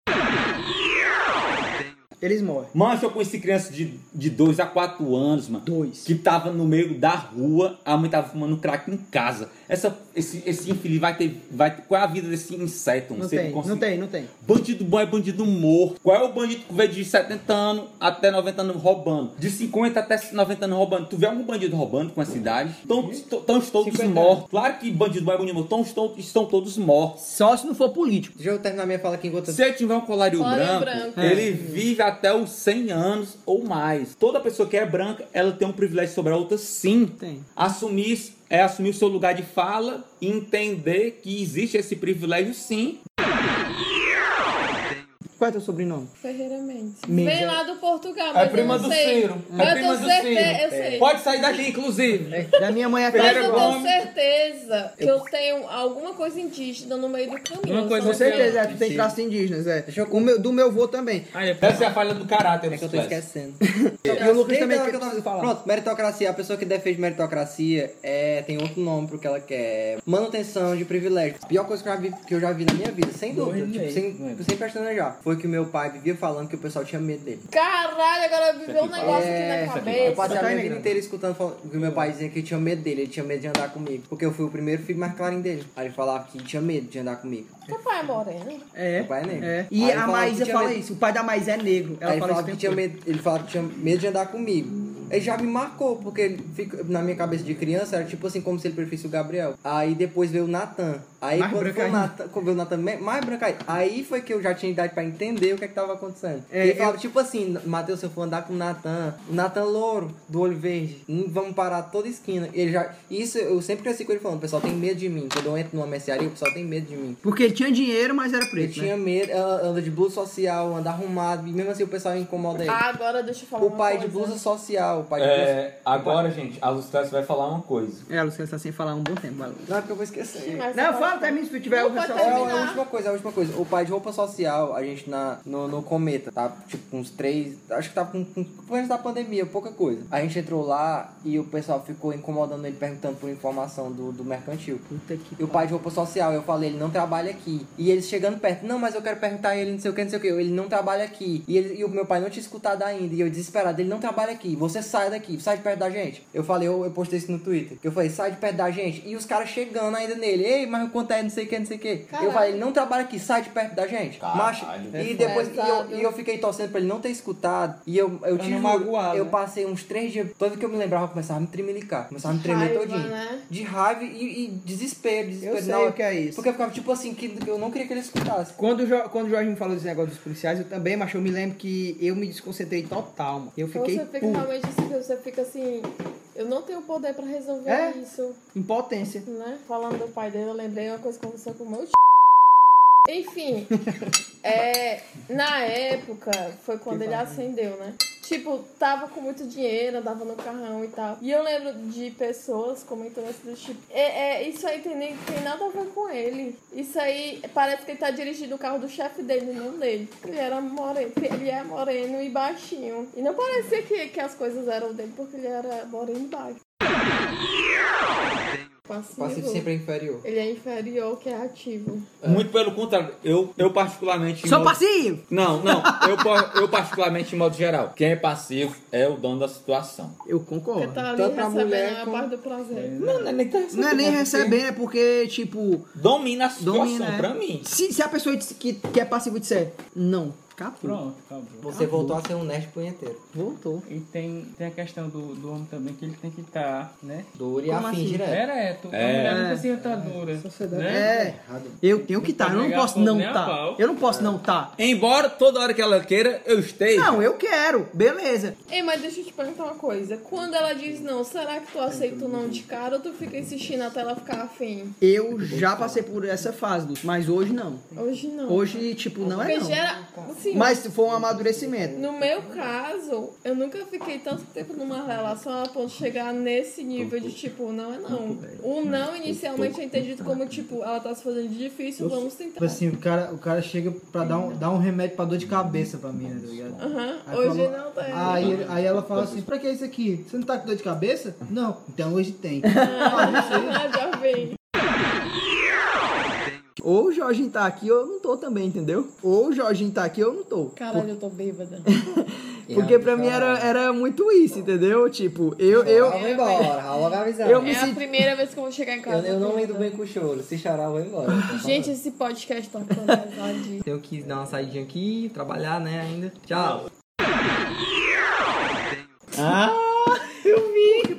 S2: Eles morrem.
S5: Mano, eu conheci criança de, de 2 a 4 anos, mano.
S2: Dois.
S5: Que tava no meio da rua, a mãe tava fumando crack em casa. Essa, esse, esse infeliz vai ter, vai ter. Qual é a vida desse inseto?
S2: Não
S5: Você
S2: tem,
S5: consegue-
S2: não tem, não tem.
S5: Bandido bom é bandido morto. Qual é o bandido que vê de 70 anos até 90 anos roubando? De 50 até 90 anos roubando. Tu vê algum bandido roubando com a cidade? Tão, tão, todos
S2: 50
S5: mortos. Claro que bandido bom é bandido morto. Tão, estão, estão todos mortos.
S2: Só se não for político.
S4: Deixa eu terminar minha fala aqui enquanto eu
S5: Se ele tiver um colarinho
S6: Colarinho
S5: branco,
S6: branco.
S5: ele vive até os 100 anos ou mais. Toda pessoa que é branca, ela tem um privilégio sobre a outra, sim.
S2: Tem.
S5: Assumir isso é assumir o seu lugar de fala e entender que existe esse privilégio, sim.
S2: Qual é teu sobrenome?
S6: Ferreira Mendes.
S2: Mendes, é-
S6: Vem lá É do É Portugal, mas eu não sei.
S3: É
S6: Mas eu tenho certeza, eu sei.
S5: Pode sair daqui, inclusive.
S4: É.
S2: Da minha mãe é até.
S6: Mas
S5: Ferreira
S6: eu tenho
S5: Gomes.
S6: certeza que eu tenho alguma coisa indígena no meio do caminho.
S3: Uma coisa
S2: Com
S6: eu só não sei.
S2: certeza, é, tu tem traços indígenas, é.
S4: Deixa eu-
S2: O meu, do meu vô também.
S3: Aí é
S5: Essa é a falha do caráter,
S4: É que eu tô
S5: Clésio.
S4: esquecendo.
S2: E o Lucas
S4: Desde
S2: também
S4: a hora
S2: quer
S4: que eu tava-
S2: falar.
S4: Pronto, meritocracia. A pessoa que defende meritocracia é, tem outro nome pro que ela quer. Manutenção de privilégio. A pior coisa que eu já vi, que eu já vi na minha vida, sem dúvida, tipo, sem, sem pestanejar, foi que o meu pai vivia falando que o pessoal tinha medo dele.
S6: Caralho, agora viveu um negócio aqui na
S4: Eu
S6: cabeça.
S4: passei a
S2: Tá
S4: minha
S2: aí,
S4: vida
S2: né?
S4: inteira escutando fal- que o meu pai dizia que tinha medo dele, ele tinha medo de andar comigo. Porque eu fui o primeiro filho mais clarinho dele. Aí ele falava que tinha medo de andar comigo.
S6: Seu pai é moreno?
S2: É.
S4: Meu pai é negro.
S2: é. E
S4: Aí
S2: a
S4: fala
S2: Maísa
S4: que tinha
S2: fala
S4: medo.
S2: isso. O pai da Maísa é negro. Ela
S4: Aí ele
S2: fala
S4: falava
S2: isso.
S4: que
S2: o tempo
S4: tinha
S2: todo.
S4: medo, ele falava que tinha medo de andar comigo. Ele já me marcou, porque ele fica, na minha cabeça de criança era tipo assim, como se ele preferisse o Gabriel. Aí depois veio o Natan. Aí
S2: Mais
S4: quando
S2: branco
S4: foi o
S2: ainda.
S4: Natan, quando veio o Natan me- mais branco ainda. Aí foi que eu já tinha idade pra entender o que é que tava acontecendo.
S2: É,
S4: ele
S2: eu-
S4: falava tipo assim, Matheus, se eu for andar com o Natan, o Natan louro, do olho verde, hum, vamos parar toda esquina. Ele já, isso eu sempre cresci com ele falando, o pessoal tem medo de mim. Quando eu entro numa mercearia, o pessoal tem medo de mim.
S2: Porque ele tinha dinheiro, mas era
S4: Eu
S2: preto. né?
S4: tinha medo, ela anda de blusa social, anda arrumado, e mesmo assim o pessoal incomoda ele.
S6: Ah, agora deixa eu falar
S4: O
S6: uma
S4: pai
S6: coisa.
S4: de blusa social, o pai de blusa.
S5: É, agora, gente, a Lucécia vai falar uma coisa.
S2: É, a Luciana está sem falar um bom tempo. Valeu.
S4: Não, é porque eu vou esquecer.
S6: Mas
S2: Não,
S6: você
S2: fala
S6: pode-
S2: até mim se tu tiver
S6: Não
S2: algum
S6: pode
S4: É, é a
S2: só-
S6: terminar.
S4: última coisa, é a última coisa. O pai de roupa social, a gente na, no, no Cometa, tá? Tipo, com uns três. Acho que tá com. com com antes da pandemia, pouca coisa. A gente entrou lá e o pessoal ficou incomodando ele, perguntando por informação do, do mercantil.
S2: Puta que.
S4: E o pai de roupa social, eu falei, ele não trabalha aqui. E eles chegando perto, não, mas eu quero perguntar a ele, não sei o que, não sei o que, ele não trabalha aqui. E, ele- e o meu pai não tinha escutado ainda. E eu desesperado, ele não trabalha aqui, você sai daqui, sai de perto da gente. Eu falei, eu, eu postei isso no Twitter. Eu falei, sai de perto da gente. E os caras chegando ainda nele, ei, mas quanto é, não sei o que, não sei o que. Eu falei, ele não trabalha aqui, sai de perto da gente. Macho,
S2: É
S4: e depois, e eu, e eu fiquei torcendo pra ele não ter escutado. E eu, eu
S2: Pra
S4: tive.
S2: não magoar,
S4: eu
S2: né?
S4: passei uns três dias, todo que eu me lembrava, eu começava a me trimilicar, começava a me tremer
S6: Raiva,
S4: todinho.
S6: né?
S4: De raiva e, e desespero, desespero.
S2: Eu sei
S4: na hora.
S2: o que é isso.
S4: Porque eu ficava tipo assim, que eu não queria que ele escutasse.
S2: Quando o, Jo- quando o Jorge me falou desse negócio dos policiais, eu também, mas eu me lembro que eu me desconcentrei total, mano. Eu
S6: Então
S2: fiquei
S6: Você fica
S2: puto,
S6: realmente assim, você fica assim, eu não tenho poder pra resolver
S2: É?
S6: isso,
S2: impotência.
S6: né? Falando do pai dele, eu lembrei uma coisa que aconteceu com o meu t... Enfim, é, na época foi quando ele acendeu, né? Tipo, tava com muito dinheiro, andava no carrão e tal. E eu lembro de pessoas comentando assim do tipo, é, é, isso aí tem, nem- tem nada a ver com ele. Isso aí parece que ele tá dirigindo o carro do chefe dele, não dele. Ele era moreno, ele é moreno e baixinho. E não parecia que, que as coisas eram dele, porque ele era moreno e baixo.
S4: O passivo
S6: Passivo.
S4: sempre é inferior.
S6: Ele é inferior que é ativo.
S5: Muito pelo contrário, eu, eu particularmente.
S2: Sou
S5: mo-
S2: passivo!
S5: Não, não, eu, po- eu particularmente, em modo geral, quem é passivo é o dono da situação.
S2: Eu
S6: Porque
S2: concordo.
S6: tá ali
S4: Tanto a então é mulher
S6: recebendo a
S4: como-
S6: parte do prazer.
S5: Não, não é nem,
S2: Não é nem receber, é porque, tipo,
S5: Domina a situação
S2: domina. né?
S5: pra mim.
S2: Se, se a pessoa disse que, que é passivo disser, não, capô,
S3: Pronto, acabou.
S4: Você voltou a ser um nerd punheteiro.
S2: voltou.
S3: E tem, tem a questão do, do homem também, que ele tem que estar, né?
S4: Duro e
S2: Como
S4: afim
S2: assim?
S4: direto.
S3: Ereto.
S5: É.
S3: A mulher não precisa estar dura. Né?
S2: É, eu tenho que estar, eu não
S3: Pegar
S2: posso
S3: fogo
S2: não
S3: nem a
S2: tá.
S3: pau.
S2: Eu não posso não tá.
S5: Embora toda hora que ela queira, eu esteja.
S2: Não, eu quero, beleza.
S6: Ei, mas deixa eu te perguntar uma coisa. Quando ela diz não, será que tu aceita o não de cara ou tu fica insistindo até ela ficar afim?
S8: É
S2: Eu já passei por essa fase, Lúcio, mas hoje não.
S6: Hoje não.
S2: Hoje, tipo, não é
S6: Porque
S2: não.
S6: gera- assim.
S2: Mas foi um amadurecimento.
S6: No meu caso, eu nunca fiquei tanto tempo numa relação a ponto de chegar nesse nível de tipo, não é não. O não inicialmente é entendido como tipo, ela tá se fazendo de difícil, vamos tentar.
S8: Tipo assim, o cara, o cara chega pra dar um, dar um remédio pra dor de cabeça pra mim, né, tá ligado?
S6: Aham,
S2: Ah,
S8: Aí
S6: hoje
S8: falou-
S6: não tá tem.
S8: Aí, ele- aí ela fala assim, pra que isso aqui? Você não tá com dor de cabeça? Não. Então hoje tem. Ah, não sei.
S6: Ah, já vem.
S2: Ou o Jorginho tá aqui ou eu não tô também, entendeu? Ou o Jorginho tá aqui ou eu não tô.
S6: Caralho, eu tô bêbada.
S2: Porque pra mim era, era muito isso, entendeu? Tipo, eu, eu,
S4: Vou embora, rala logo a visão.
S2: Eu
S4: Eu,
S2: me
S6: É a
S2: senti-
S6: primeira vez que eu vou chegar em casa.
S4: eu não lido
S6: bêbada.
S4: bem com o choro. Se chorar, eu vou embora.
S2: é
S6: Gente, esse podcast tá atualizado.
S4: Tenho que dar uma saidinha aqui, trabalhar, né, ainda. Tchau.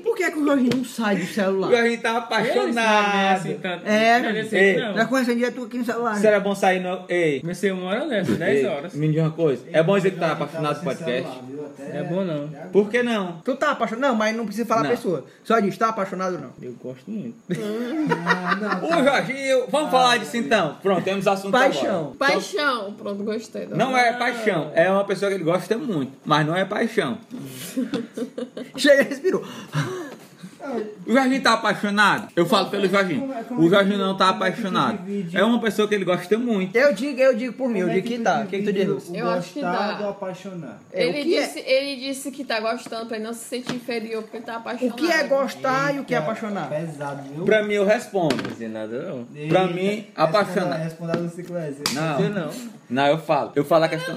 S2: Por que, que o Jorginho não sai do celular?
S5: Porque a gente tava apaixonado.
S3: Assim, tanto.
S2: É,
S3: Não
S2: velho.
S3: assim,
S5: Ei.
S3: não.
S2: Já conhecendo direto é aqui no celular.
S5: Será bom sair no. Ei,
S3: Comecei uma hora dessa, 10
S5: ei,
S3: horas.
S5: me diz uma coisa. É bom dizer que tá
S7: Tava
S5: apaixonado do
S7: sem
S5: podcast.
S7: celular, viu? Até-
S3: É bom não.
S5: Por que não?
S2: Tu tá apaixonado? Não, mas não precisa falar
S5: Não.
S2: a pessoa. Só diz, tá apaixonado ou não?
S3: Eu gosto muito.
S5: O Jorginho, vamos falar disso então. Pronto, temos assunto
S2: Paixão.
S5: agora.
S6: Paixão. Pronto, gostei. da
S5: Não é paixão, é uma pessoa que ele gosta muito, mas não é paixão.
S2: Chega e respirou.
S5: O Jorginho tá apaixonado? Eu falo pelo Jorginho. O Jorginho não tá apaixonado. É uma pessoa que ele gosta muito.
S2: Eu digo, eu digo por mim, eu
S7: Como é
S2: digo que tá. O que, que tu diz,
S7: divide
S2: Lúcio?
S7: o
S6: Eu acho que
S7: gostar
S6: dá.
S7: do apaixonar.
S2: É,
S6: ele,
S2: o que é-
S6: disse, ele disse que tá gostando pra ele não se sentir inferior porque tá
S2: O
S6: apaixonado.
S2: que é gostar e o que é apaixonar?
S8: Pesado, viu?
S5: Pra mim, eu respondo.
S3: Não nada não.
S5: Pra mim, apaixonado.
S8: Respondar no ciclo
S7: é
S8: S.
S5: Não, não, eu falo. Eu falo a questão.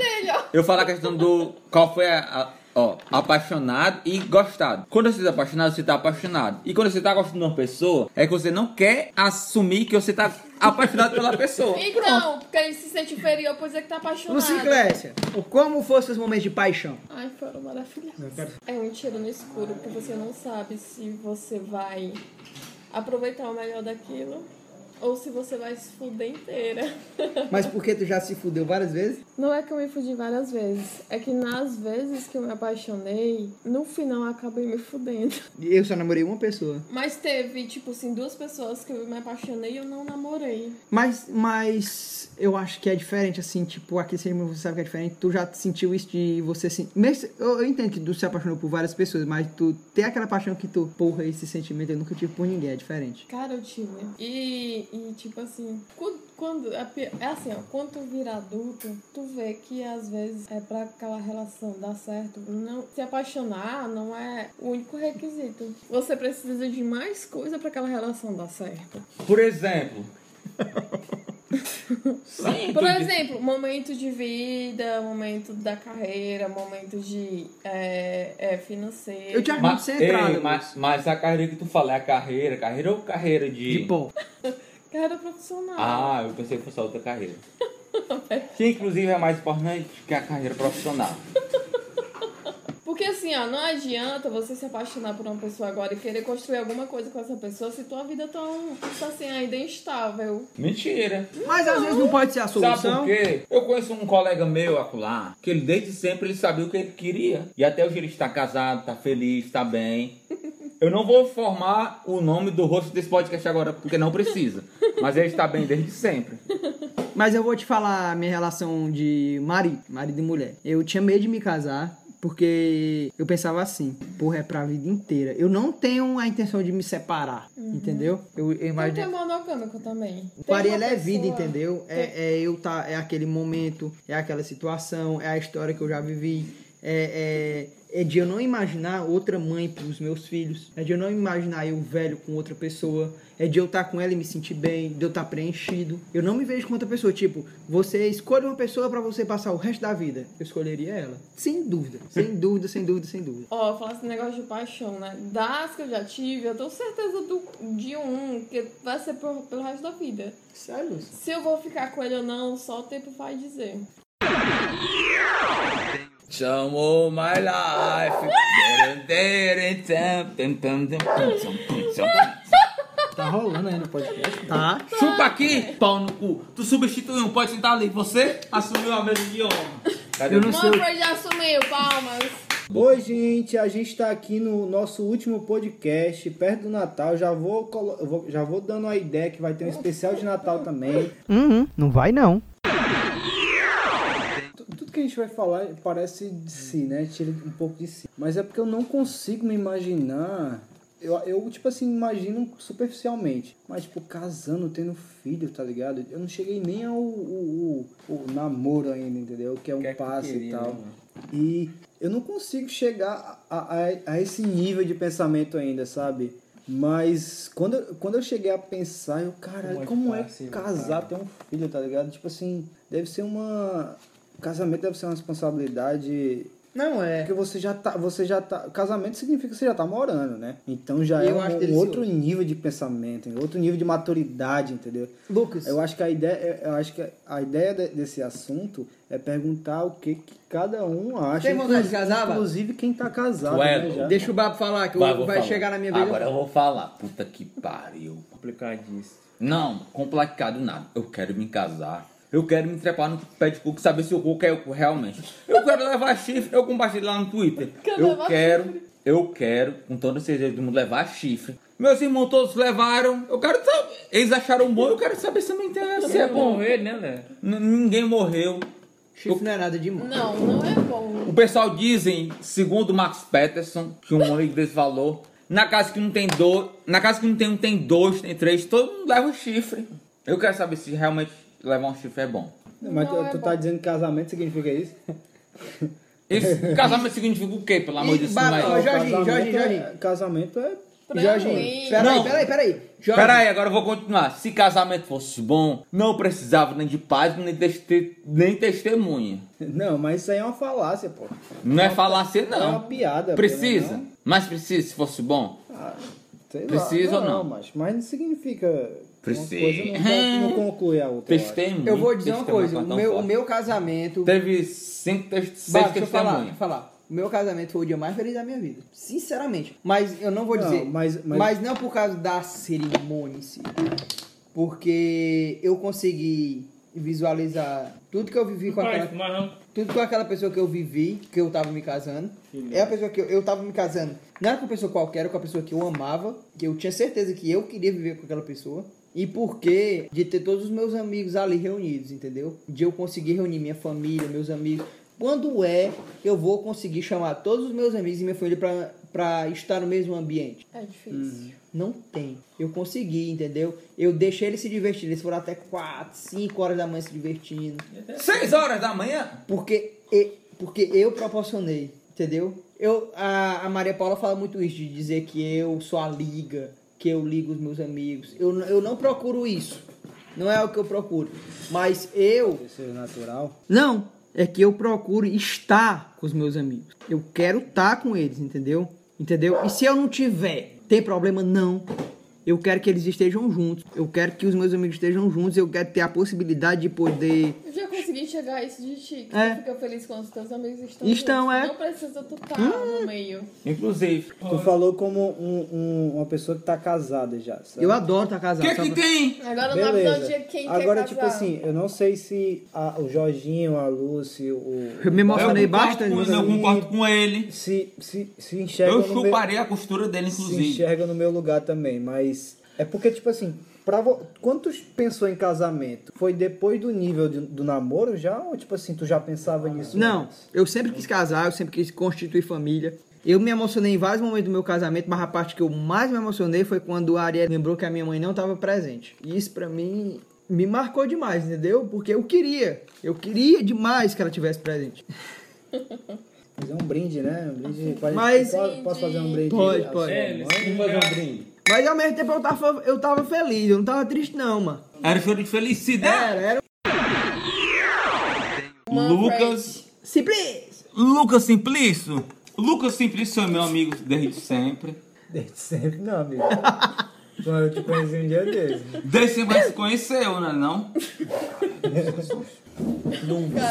S5: Eu falo a questão do. Qual foi a. a- ó, apaixonado e gostado. Quando você tá apaixonado, você tá apaixonado. E quando você tá gostando de uma pessoa, é que você não quer assumir que você tá apaixonado pela pessoa.
S6: Então, porque ele se sente inferior por dizer que tá apaixonado.
S2: Luci Clécia, como foram seus momentos de paixão?
S6: Ai, foram maravilhosos. É um tiro no escuro, porque você não sabe se você vai aproveitar o melhor daquilo ou se você vai se fuder inteira.
S2: Mas porque tu já se fudeu várias vezes?
S6: Não é que eu me fudi várias vezes, é que nas vezes que eu me apaixonei, no final eu acabei me fudendo.
S2: Eu só namorei uma pessoa.
S6: Mas teve, tipo assim, duas pessoas que eu me apaixonei e eu não namorei.
S2: Mas, mas eu acho que é diferente, assim, tipo, aqui sempre você sabe que é diferente. Tu já sentiu isso de você assim. Mesmo, eu, eu entendo que tu se apaixonou por várias pessoas, mas tu tem aquela paixão que tu, porra, esse sentimento eu nunca tive por ninguém, é diferente.
S6: Cara, eu tinha. E, e tipo assim, quando, quando- é pi- é assim, ó, quando tu vira adulto, tu vê que às vezes é pra aquela relação dar certo. Não, se apaixonar não é o único requisito. Você precisa de mais coisa pra aquela relação dar certo.
S5: Por exemplo. Sim,
S6: Por exemplo, momento de vida, momento da carreira, momento de é, é, financeiro.
S2: Eu te arrumo
S5: Mas,
S2: centrado. né?
S5: ei, mas, mas a carreira que tu fala é a carreira, carreira ou carreira de.
S2: De pó.
S6: Carreira profissional.
S5: Ah, eu pensei que fosse a outra carreira. que inclusive é mais importante que a carreira profissional.
S6: Porque assim, ó, não adianta você se apaixonar por uma pessoa agora e querer construir alguma coisa com essa pessoa se tua vida tá, um- tá assim, ainda instável.
S5: Mentira.
S2: Mas às vezes não pode ser a
S5: Sabe por
S2: solução.
S5: quê? Eu conheço um colega meu acolá, que ele desde sempre ele sabia o que ele queria. E até hoje ele está casado, está feliz, está bem. Eu não vou formar o nome do rosto desse podcast agora, porque não precisa. Mas ele está bem desde sempre.
S2: Mas eu vou te falar a minha relação de marido, marido e mulher. Eu tinha medo de me casar. Porque eu pensava assim, porra, é pra vida inteira. Eu não tenho a intenção de me separar, entendeu? Eu, eu imagino.
S6: Mas tem monogâmico também. Tem
S2: Parelha
S6: uma
S2: é vida,
S6: pessoa-
S2: entendeu? É, é eu tá, é aquele momento, é aquela situação, é a história que eu já vivi. É, é, é de eu não imaginar outra mãe pros meus filhos. É de eu não imaginar eu velho com outra pessoa. É de eu estar com ela e me sentir bem, de eu estar preenchido. Eu não me vejo com outra pessoa. Tipo, você escolhe uma pessoa pra você passar o resto da vida. Eu escolheria ela. Sem dúvida. Sem dúvida, sem dúvida, sem dúvida.
S6: Ó, falar esse negócio de paixão, né? Das que eu já tive, eu tenho certeza do, de um que vai ser pro, pelo resto da vida.
S2: Sério?
S6: Se eu vou ficar com ele ou não, só o tempo vai dizer.
S5: Chamou my life.
S8: Tá rolando aí no podcast.
S2: Tá.
S5: Chupa aqui, pau no cu. Tu substituiu, pode sentar ali. Você assumiu a mesa de honra. Cadê?
S2: não sei.
S6: Manfred já assumiu, palmas.
S7: Oi, gente, a gente tá aqui no nosso último podcast, perto do Natal. Já vou, colo- eu vou- já vou dando a ideia que vai ter um especial de Natal também.
S2: Não vai não.
S7: Tu- Tudo que que a gente vai falar parece de si, né? Tira um pouco de si. Mas é porque eu não consigo me imaginar. Eu, eu, tipo assim, imagino superficialmente. Mas, tipo, casando, tendo filho, tá ligado? Eu não cheguei nem ao, o- o- o namoro ainda, entendeu? Que é um
S9: Que é que
S7: passo
S9: queria,
S7: e tal.
S9: né, mano?
S7: E eu não consigo chegar a, a, a esse nível de pensamento ainda, sabe? Mas quando, eu- quando eu cheguei a pensar, eu, caralho, como é casar, ter um filho, tá ligado? Tipo assim, deve ser uma. Casamento deve ser uma responsabilidade.
S10: Não, é.
S7: Porque você já tá. Você já tá. Casamento significa que você já tá morando, né? Então já
S10: Eu acho
S7: é um- um,
S10: delicioso.
S7: outro nível de pensamento, hein? outro nível de maturidade, entendeu?
S11: Lucas,
S7: Eu acho que a ideia, eu acho que a ideia de- desse assunto é perguntar o que, que cada um acha.
S2: Tem vontade de casar, Baba?
S7: Inclusive quem tá casado,
S5: é
S9: Ué,
S7: né, já.
S2: Deixa o Babo falar, que
S9: Vai,
S2: vai,
S9: vou
S2: vai
S9: falar.
S2: chegar na minha vez.
S5: Agora eu vou falar. Puta que pariu.
S3: Complicadíssimo.
S5: Não, complicado nada. Eu quero me casar. Eu quero me trepar no pé de coco, saber se o coco é o coco realmente. Eu quero levar chifre, eu compartilho lá no Twitter. Eu quero, eu quero, com toda certeza do mundo, levar chifre. Meus irmãos todos levaram. Eu quero saber. Eles acharam bom, eu quero saber se também tem- se é bom.
S3: ele, né, Léo?
S5: N- Ninguém morreu.
S2: Chifre não é nada demais.
S6: Não, não é bom.
S5: O pessoal dizem, segundo o Max Peterson, que um homem desse valor, na casa que não tem dois, na casa que não tem um tem dois, tem três, todo mundo leva um chifre. Eu quero saber se realmente levar um chifre é bom.
S7: Mas
S6: Não
S7: tu,
S6: é
S7: tu
S6: bom.
S7: tá dizendo que casamento significa isso?
S5: Isso, casamento significa o quê, pelo amor de Deus?
S2: Ih,
S5: Maia?
S2: Ó, barulho. Jorginho,
S7: Casamento
S2: Jorginho,
S7: é-
S2: Jorginho.
S7: Casamento é.
S6: Jorginho.
S2: Peraí,
S5: Não.
S2: peraí, peraí. Jorge,
S5: Pera aí, agora eu vou continuar. Se casamento fosse bom, não precisava nem de paz, nem, teste- nem testemunha.
S7: Não, mas isso aí é uma falácia, pô.
S5: Não é falácia,
S7: É uma
S5: não.
S7: piada.
S5: Precisa.
S7: pô, não.
S5: Mas precisa, se fosse bom.
S7: Sei lá.
S5: Precisa ou não?
S7: Mas, mas não significa. uma
S5: Precisa.
S7: coisa não con- não, conclui a outra. eu acho.
S5: Testemunha.
S2: eu vou dizer uma
S5: testemunha,
S2: coisa. O
S5: cartão
S2: meu, o
S5: forte.
S2: meu casamento.
S5: Teve cinco, test- um seis
S2: Bah, deixa eu falar,
S5: testemunhas.
S2: deixa eu falar. O meu casamento foi o dia mais feliz da minha vida. Sinceramente. Mas eu não vou
S7: Não,
S2: dizer.
S7: mas- mas-
S2: não por causa da cerimônia em si. Porque eu consegui visualizar tudo que eu vivi com
S3: Vai,
S2: aquela
S3: fumar não.
S2: tudo com é aquela pessoa que eu vivi, que eu tava me casando. É a pessoa que eu, eu tava me casando. Não era com uma pessoa qualquer, era com a pessoa que eu amava, que eu tinha certeza que eu queria viver com aquela pessoa. E por quê? De ter todos os meus amigos ali reunidos, entendeu? De eu conseguir reunir minha família, meus amigos. Quando é que eu vou conseguir chamar todos os meus amigos e minha família pra, pra estar no mesmo ambiente?
S6: É difícil.
S2: Não tem. Eu consegui, entendeu? Eu deixei eles se divertirem. Eles foram até 4, 5 horas da manhã se divertindo.
S5: Seis horas da manhã?
S2: Porque, e- porque eu proporcionei, entendeu? Eu, a, a Maria Paula fala muito isso, de dizer que eu sou a liga, que eu ligo os meus amigos. Eu, n- eu não procuro isso. Não é o que eu procuro. Mas eu.
S7: Isso é natural.
S2: Não, é que eu procuro estar com os meus amigos. Eu quero estar com eles, entendeu? Entendeu? E se eu não tiver, tem problema? Não. Eu quero que eles estejam juntos. Eu quero que os meus amigos estejam juntos. Eu quero ter a possibilidade de poder
S6: Eu já consegui chegar a isso de ti, que
S2: É.
S6: tu fica feliz quando os teus amigos estão
S2: Estão,
S6: juntos.
S2: é. Hum.
S6: Não precisa tu tá no meio.
S5: Inclusive.
S7: Tu falou como um- um- uma pessoa que tá casada já. Sabe?
S2: Eu adoro estar casado.
S5: O que
S2: sabe?
S5: que tem?
S6: Agora não abre
S7: Beleza.
S6: o dia é quem
S7: Agora,
S6: quer
S7: tipo
S6: casar.
S7: assim, eu não sei se a- o Jorginho, a Lucy, o.
S2: Eu me emocionei
S5: Eu concordo
S2: bastante.
S5: com ele, Eu concordo com ele.
S7: Se, se, se enxerga.
S5: Eu
S7: no meu-
S5: chuparei a costura dele,
S7: se
S5: inclusive.
S7: enxerga no meu lugar também, mas é porque, tipo assim, pra vo... quando tu pensou em casamento, foi depois do nível de- do namoro já? Ou, tipo assim, tu já pensava nisso?
S2: Não,
S7: antes?
S2: eu sempre quis casar, eu sempre quis constituir família. Eu me emocionei em vários momentos do meu casamento, mas a parte que eu mais me emocionei foi quando a Ariel lembrou que a minha mãe não estava presente. E isso pra mim me marcou demais, entendeu? Porque eu queria, eu queria demais que ela tivesse presente.
S7: Fazer um brinde, né? Um brinde. parece-
S2: Mas-
S7: Posso, posso fazer um brinde?
S2: Pode,
S7: à
S2: pode.
S7: sua
S3: É, eles
S7: mãe?
S3: vão fazer um
S9: brinde.
S2: Mas ao mesmo tempo eu tava, eu tava feliz, eu não tava triste não, mano.
S5: Era choro de felicidade.
S2: Era, era
S7: É,
S5: Lucas.
S2: simples.
S5: Lucas Simplício. Lucas Simplício é meu amigo desde sempre.
S7: Desde sempre, não, amigo. Então, eu te conheci um dia desse.
S5: Desde sempre a gente se conheceu, não é não?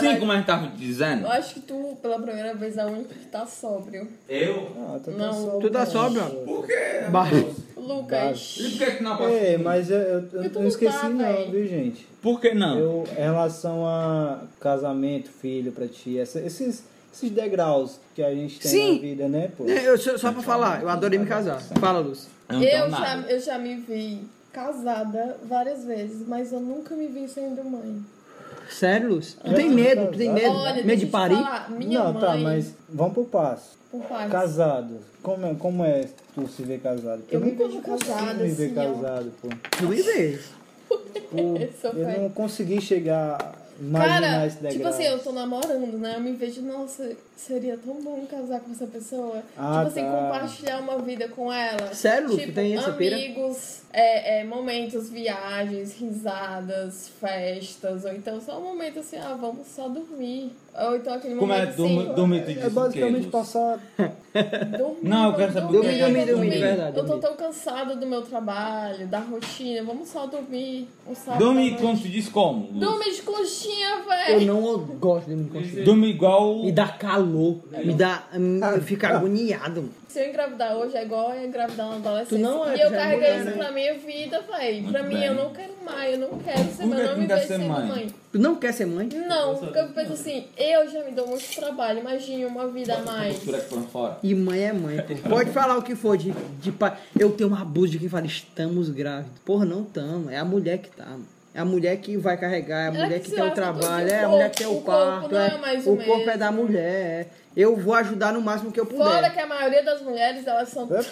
S5: Sim, como a gente tava dizendo.
S6: Eu acho que tu, pela primeira vez, é a única que tá sóbrio.
S5: Eu?
S7: Ah, tu tá
S6: Não.
S7: só-
S2: Tu tá sóbrio, ó. Por quê? Baixo.
S6: Lucas.
S5: E por que, que não posso?
S7: É, mas eu, eu- eu
S6: Porque tu
S7: não
S6: não
S7: esqueci
S6: tá,
S7: não,
S6: véi.
S7: viu, gente?
S5: Por que não?
S7: Eu, em relação a casamento, filho, pra ti, essa- esses, esses degraus que a gente tem
S2: Sim.
S7: na vida, né, pô?
S2: É, Eu, só, só pra falar, eu adorei me casar. Fala, Lúcia.
S5: Eu não tenho
S6: Eu já,
S5: nada.
S6: eu já me vi casada várias vezes, mas eu nunca me vi sendo mãe.
S2: Sério, Lúcio? Tu tem medo, tu tem medo.
S6: Olha,
S2: medo
S6: deixa
S2: de
S6: eu te
S2: parir?
S6: falar, Minha
S7: não,
S6: mãe,
S7: tá, mas vamos pro passo.
S6: por parte-
S7: Casado. Como é, como é tu se ver casado? Porque
S6: Eu
S7: não
S6: me vejo
S7: consigo
S6: casada,
S7: me ver
S6: assim, ó.
S7: casado, pô.
S2: Tu me vê.
S6: Eu sou
S7: Eu
S6: fã.
S7: não consegui chegar
S2: é
S7: mais
S6: Cara,
S2: né,
S7: esse degrau.
S6: tipo assim, eu tô namorando, né? Eu me vejo, nossa, seria tão bom casar com essa pessoa.
S7: Ah,
S6: tipo assim,
S7: tá.
S6: compartilhar uma vida com ela.
S2: Sério, Lu? Tu
S6: tipo,
S2: tem essa pira?
S6: amigos, é, é, momentos, viagens, risadas, festas, ou então só um momento assim, ah, vamos só dormir. Ou então aquele
S12: Como é?
S6: momento assim, é,
S12: Dorme, dorme tu diz
S7: É
S12: o
S7: basicamente
S12: quê, Lúcio?
S7: passar
S6: dormir.
S12: Não, eu
S6: vamos
S12: quero saber o
S6: dormir,
S12: que é
S2: dormir,
S6: vamos
S2: dormir,
S6: dormir.
S2: verdade,
S6: Eu tô
S2: dormir.
S6: tão cansada do meu trabalho, da rotina, vamos só dormir. Um sábado à
S12: Dorme
S6: noite.
S12: como tu diz como? Lúcio?
S6: Dorme de coxinha,
S2: Eu
S6: velho.
S2: não gosto de me encostar.
S12: Dorme igual.
S2: Me dá calor, me dá. hum, Eu fico agoniado. mano.
S6: Se eu engravidar hoje é igual eu engravidar uma adolescente.
S2: Tu não é,
S6: e eu
S2: tu já é
S6: carreguei
S2: mulher,
S6: isso
S2: né?
S6: pra minha vida, véi. Pra
S12: Muito
S6: mim,
S12: bem.
S6: eu não quero mais, eu não quero ser,
S12: Por que
S6: mas não
S12: tu
S6: me
S12: não quer
S6: vejo
S12: ser
S6: sendo
S12: mãe?
S6: mãe.
S2: Tu não quer ser mãe?
S6: Não, porque eu penso assim, eu já me dou muito trabalho, imagina uma vida a mais.
S12: Cultura que foram fora.
S2: E mãe é mãe, pô. Pode falar o que for de, de pai. Eu tenho uma abuso de quem fala, estamos grávidos. Porra, não tamo. É a mulher que tá, mano. É a mulher que vai carregar, é a
S6: Ela
S2: mulher
S6: que
S2: que
S6: se
S2: tem o
S6: lasca
S2: trabalho,
S6: tudo,
S2: é a
S6: o
S2: mulher que tem o
S6: corpo- o corpo
S2: parto.
S6: não é
S2: é-
S6: mais
S2: O
S6: o
S2: corpo é
S6: mesmo.
S2: da mulher. é. Eu vou ajudar no máximo que eu puder.
S6: Fora que a maioria das mulheres, elas são. Porra,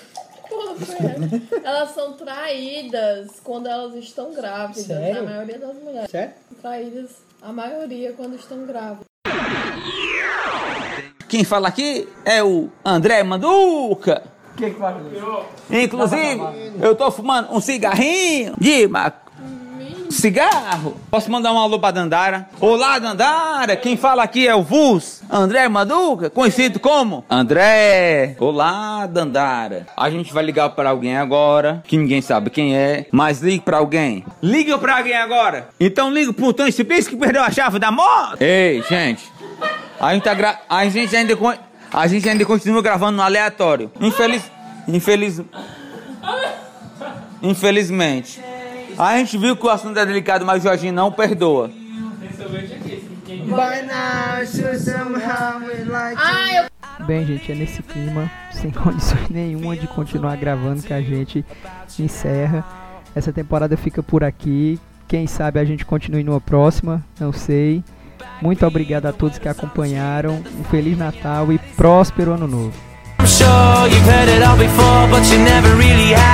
S6: velho. elas são traídas quando elas estão grávidas.
S2: Sério?
S6: A maioria das mulheres
S2: Certo?
S6: são traídas, a maioria quando estão grávidas.
S5: Quem fala aqui é o André Manduca. Inclusive, eu tô fumando um cigarrinho de maconha. Cigarro? Posso mandar um alô pra Dandara? Olá, Dandara! Quem fala aqui é o Vus, André Maduca, conhecido como André! Olá, Dandara! A gente vai ligar pra alguém agora, que ninguém sabe quem é, mas ligue pra alguém. Liga pra alguém agora! Então liga pro Tom Cipis que perdeu a chave da moto! Ei, gente! A gente, tá gra- a gente ainda con- a gente ainda continua gravando no aleatório. Infeliz... Infeliz... Infelizmente. A gente viu que o assunto é delicado, mas o Jorginho não perdoa.
S6: Ah, eu
S13: Bem, gente, é nesse clima, sem condições nenhuma de continuar gravando, que a gente encerra. Essa temporada fica por aqui. Quem sabe a gente continue numa próxima, não sei. Muito obrigado a todos que acompanharam. Um Feliz Natal e próspero Ano Novo.
S5: Oh, I'm sure you've heard it all before, but you never really had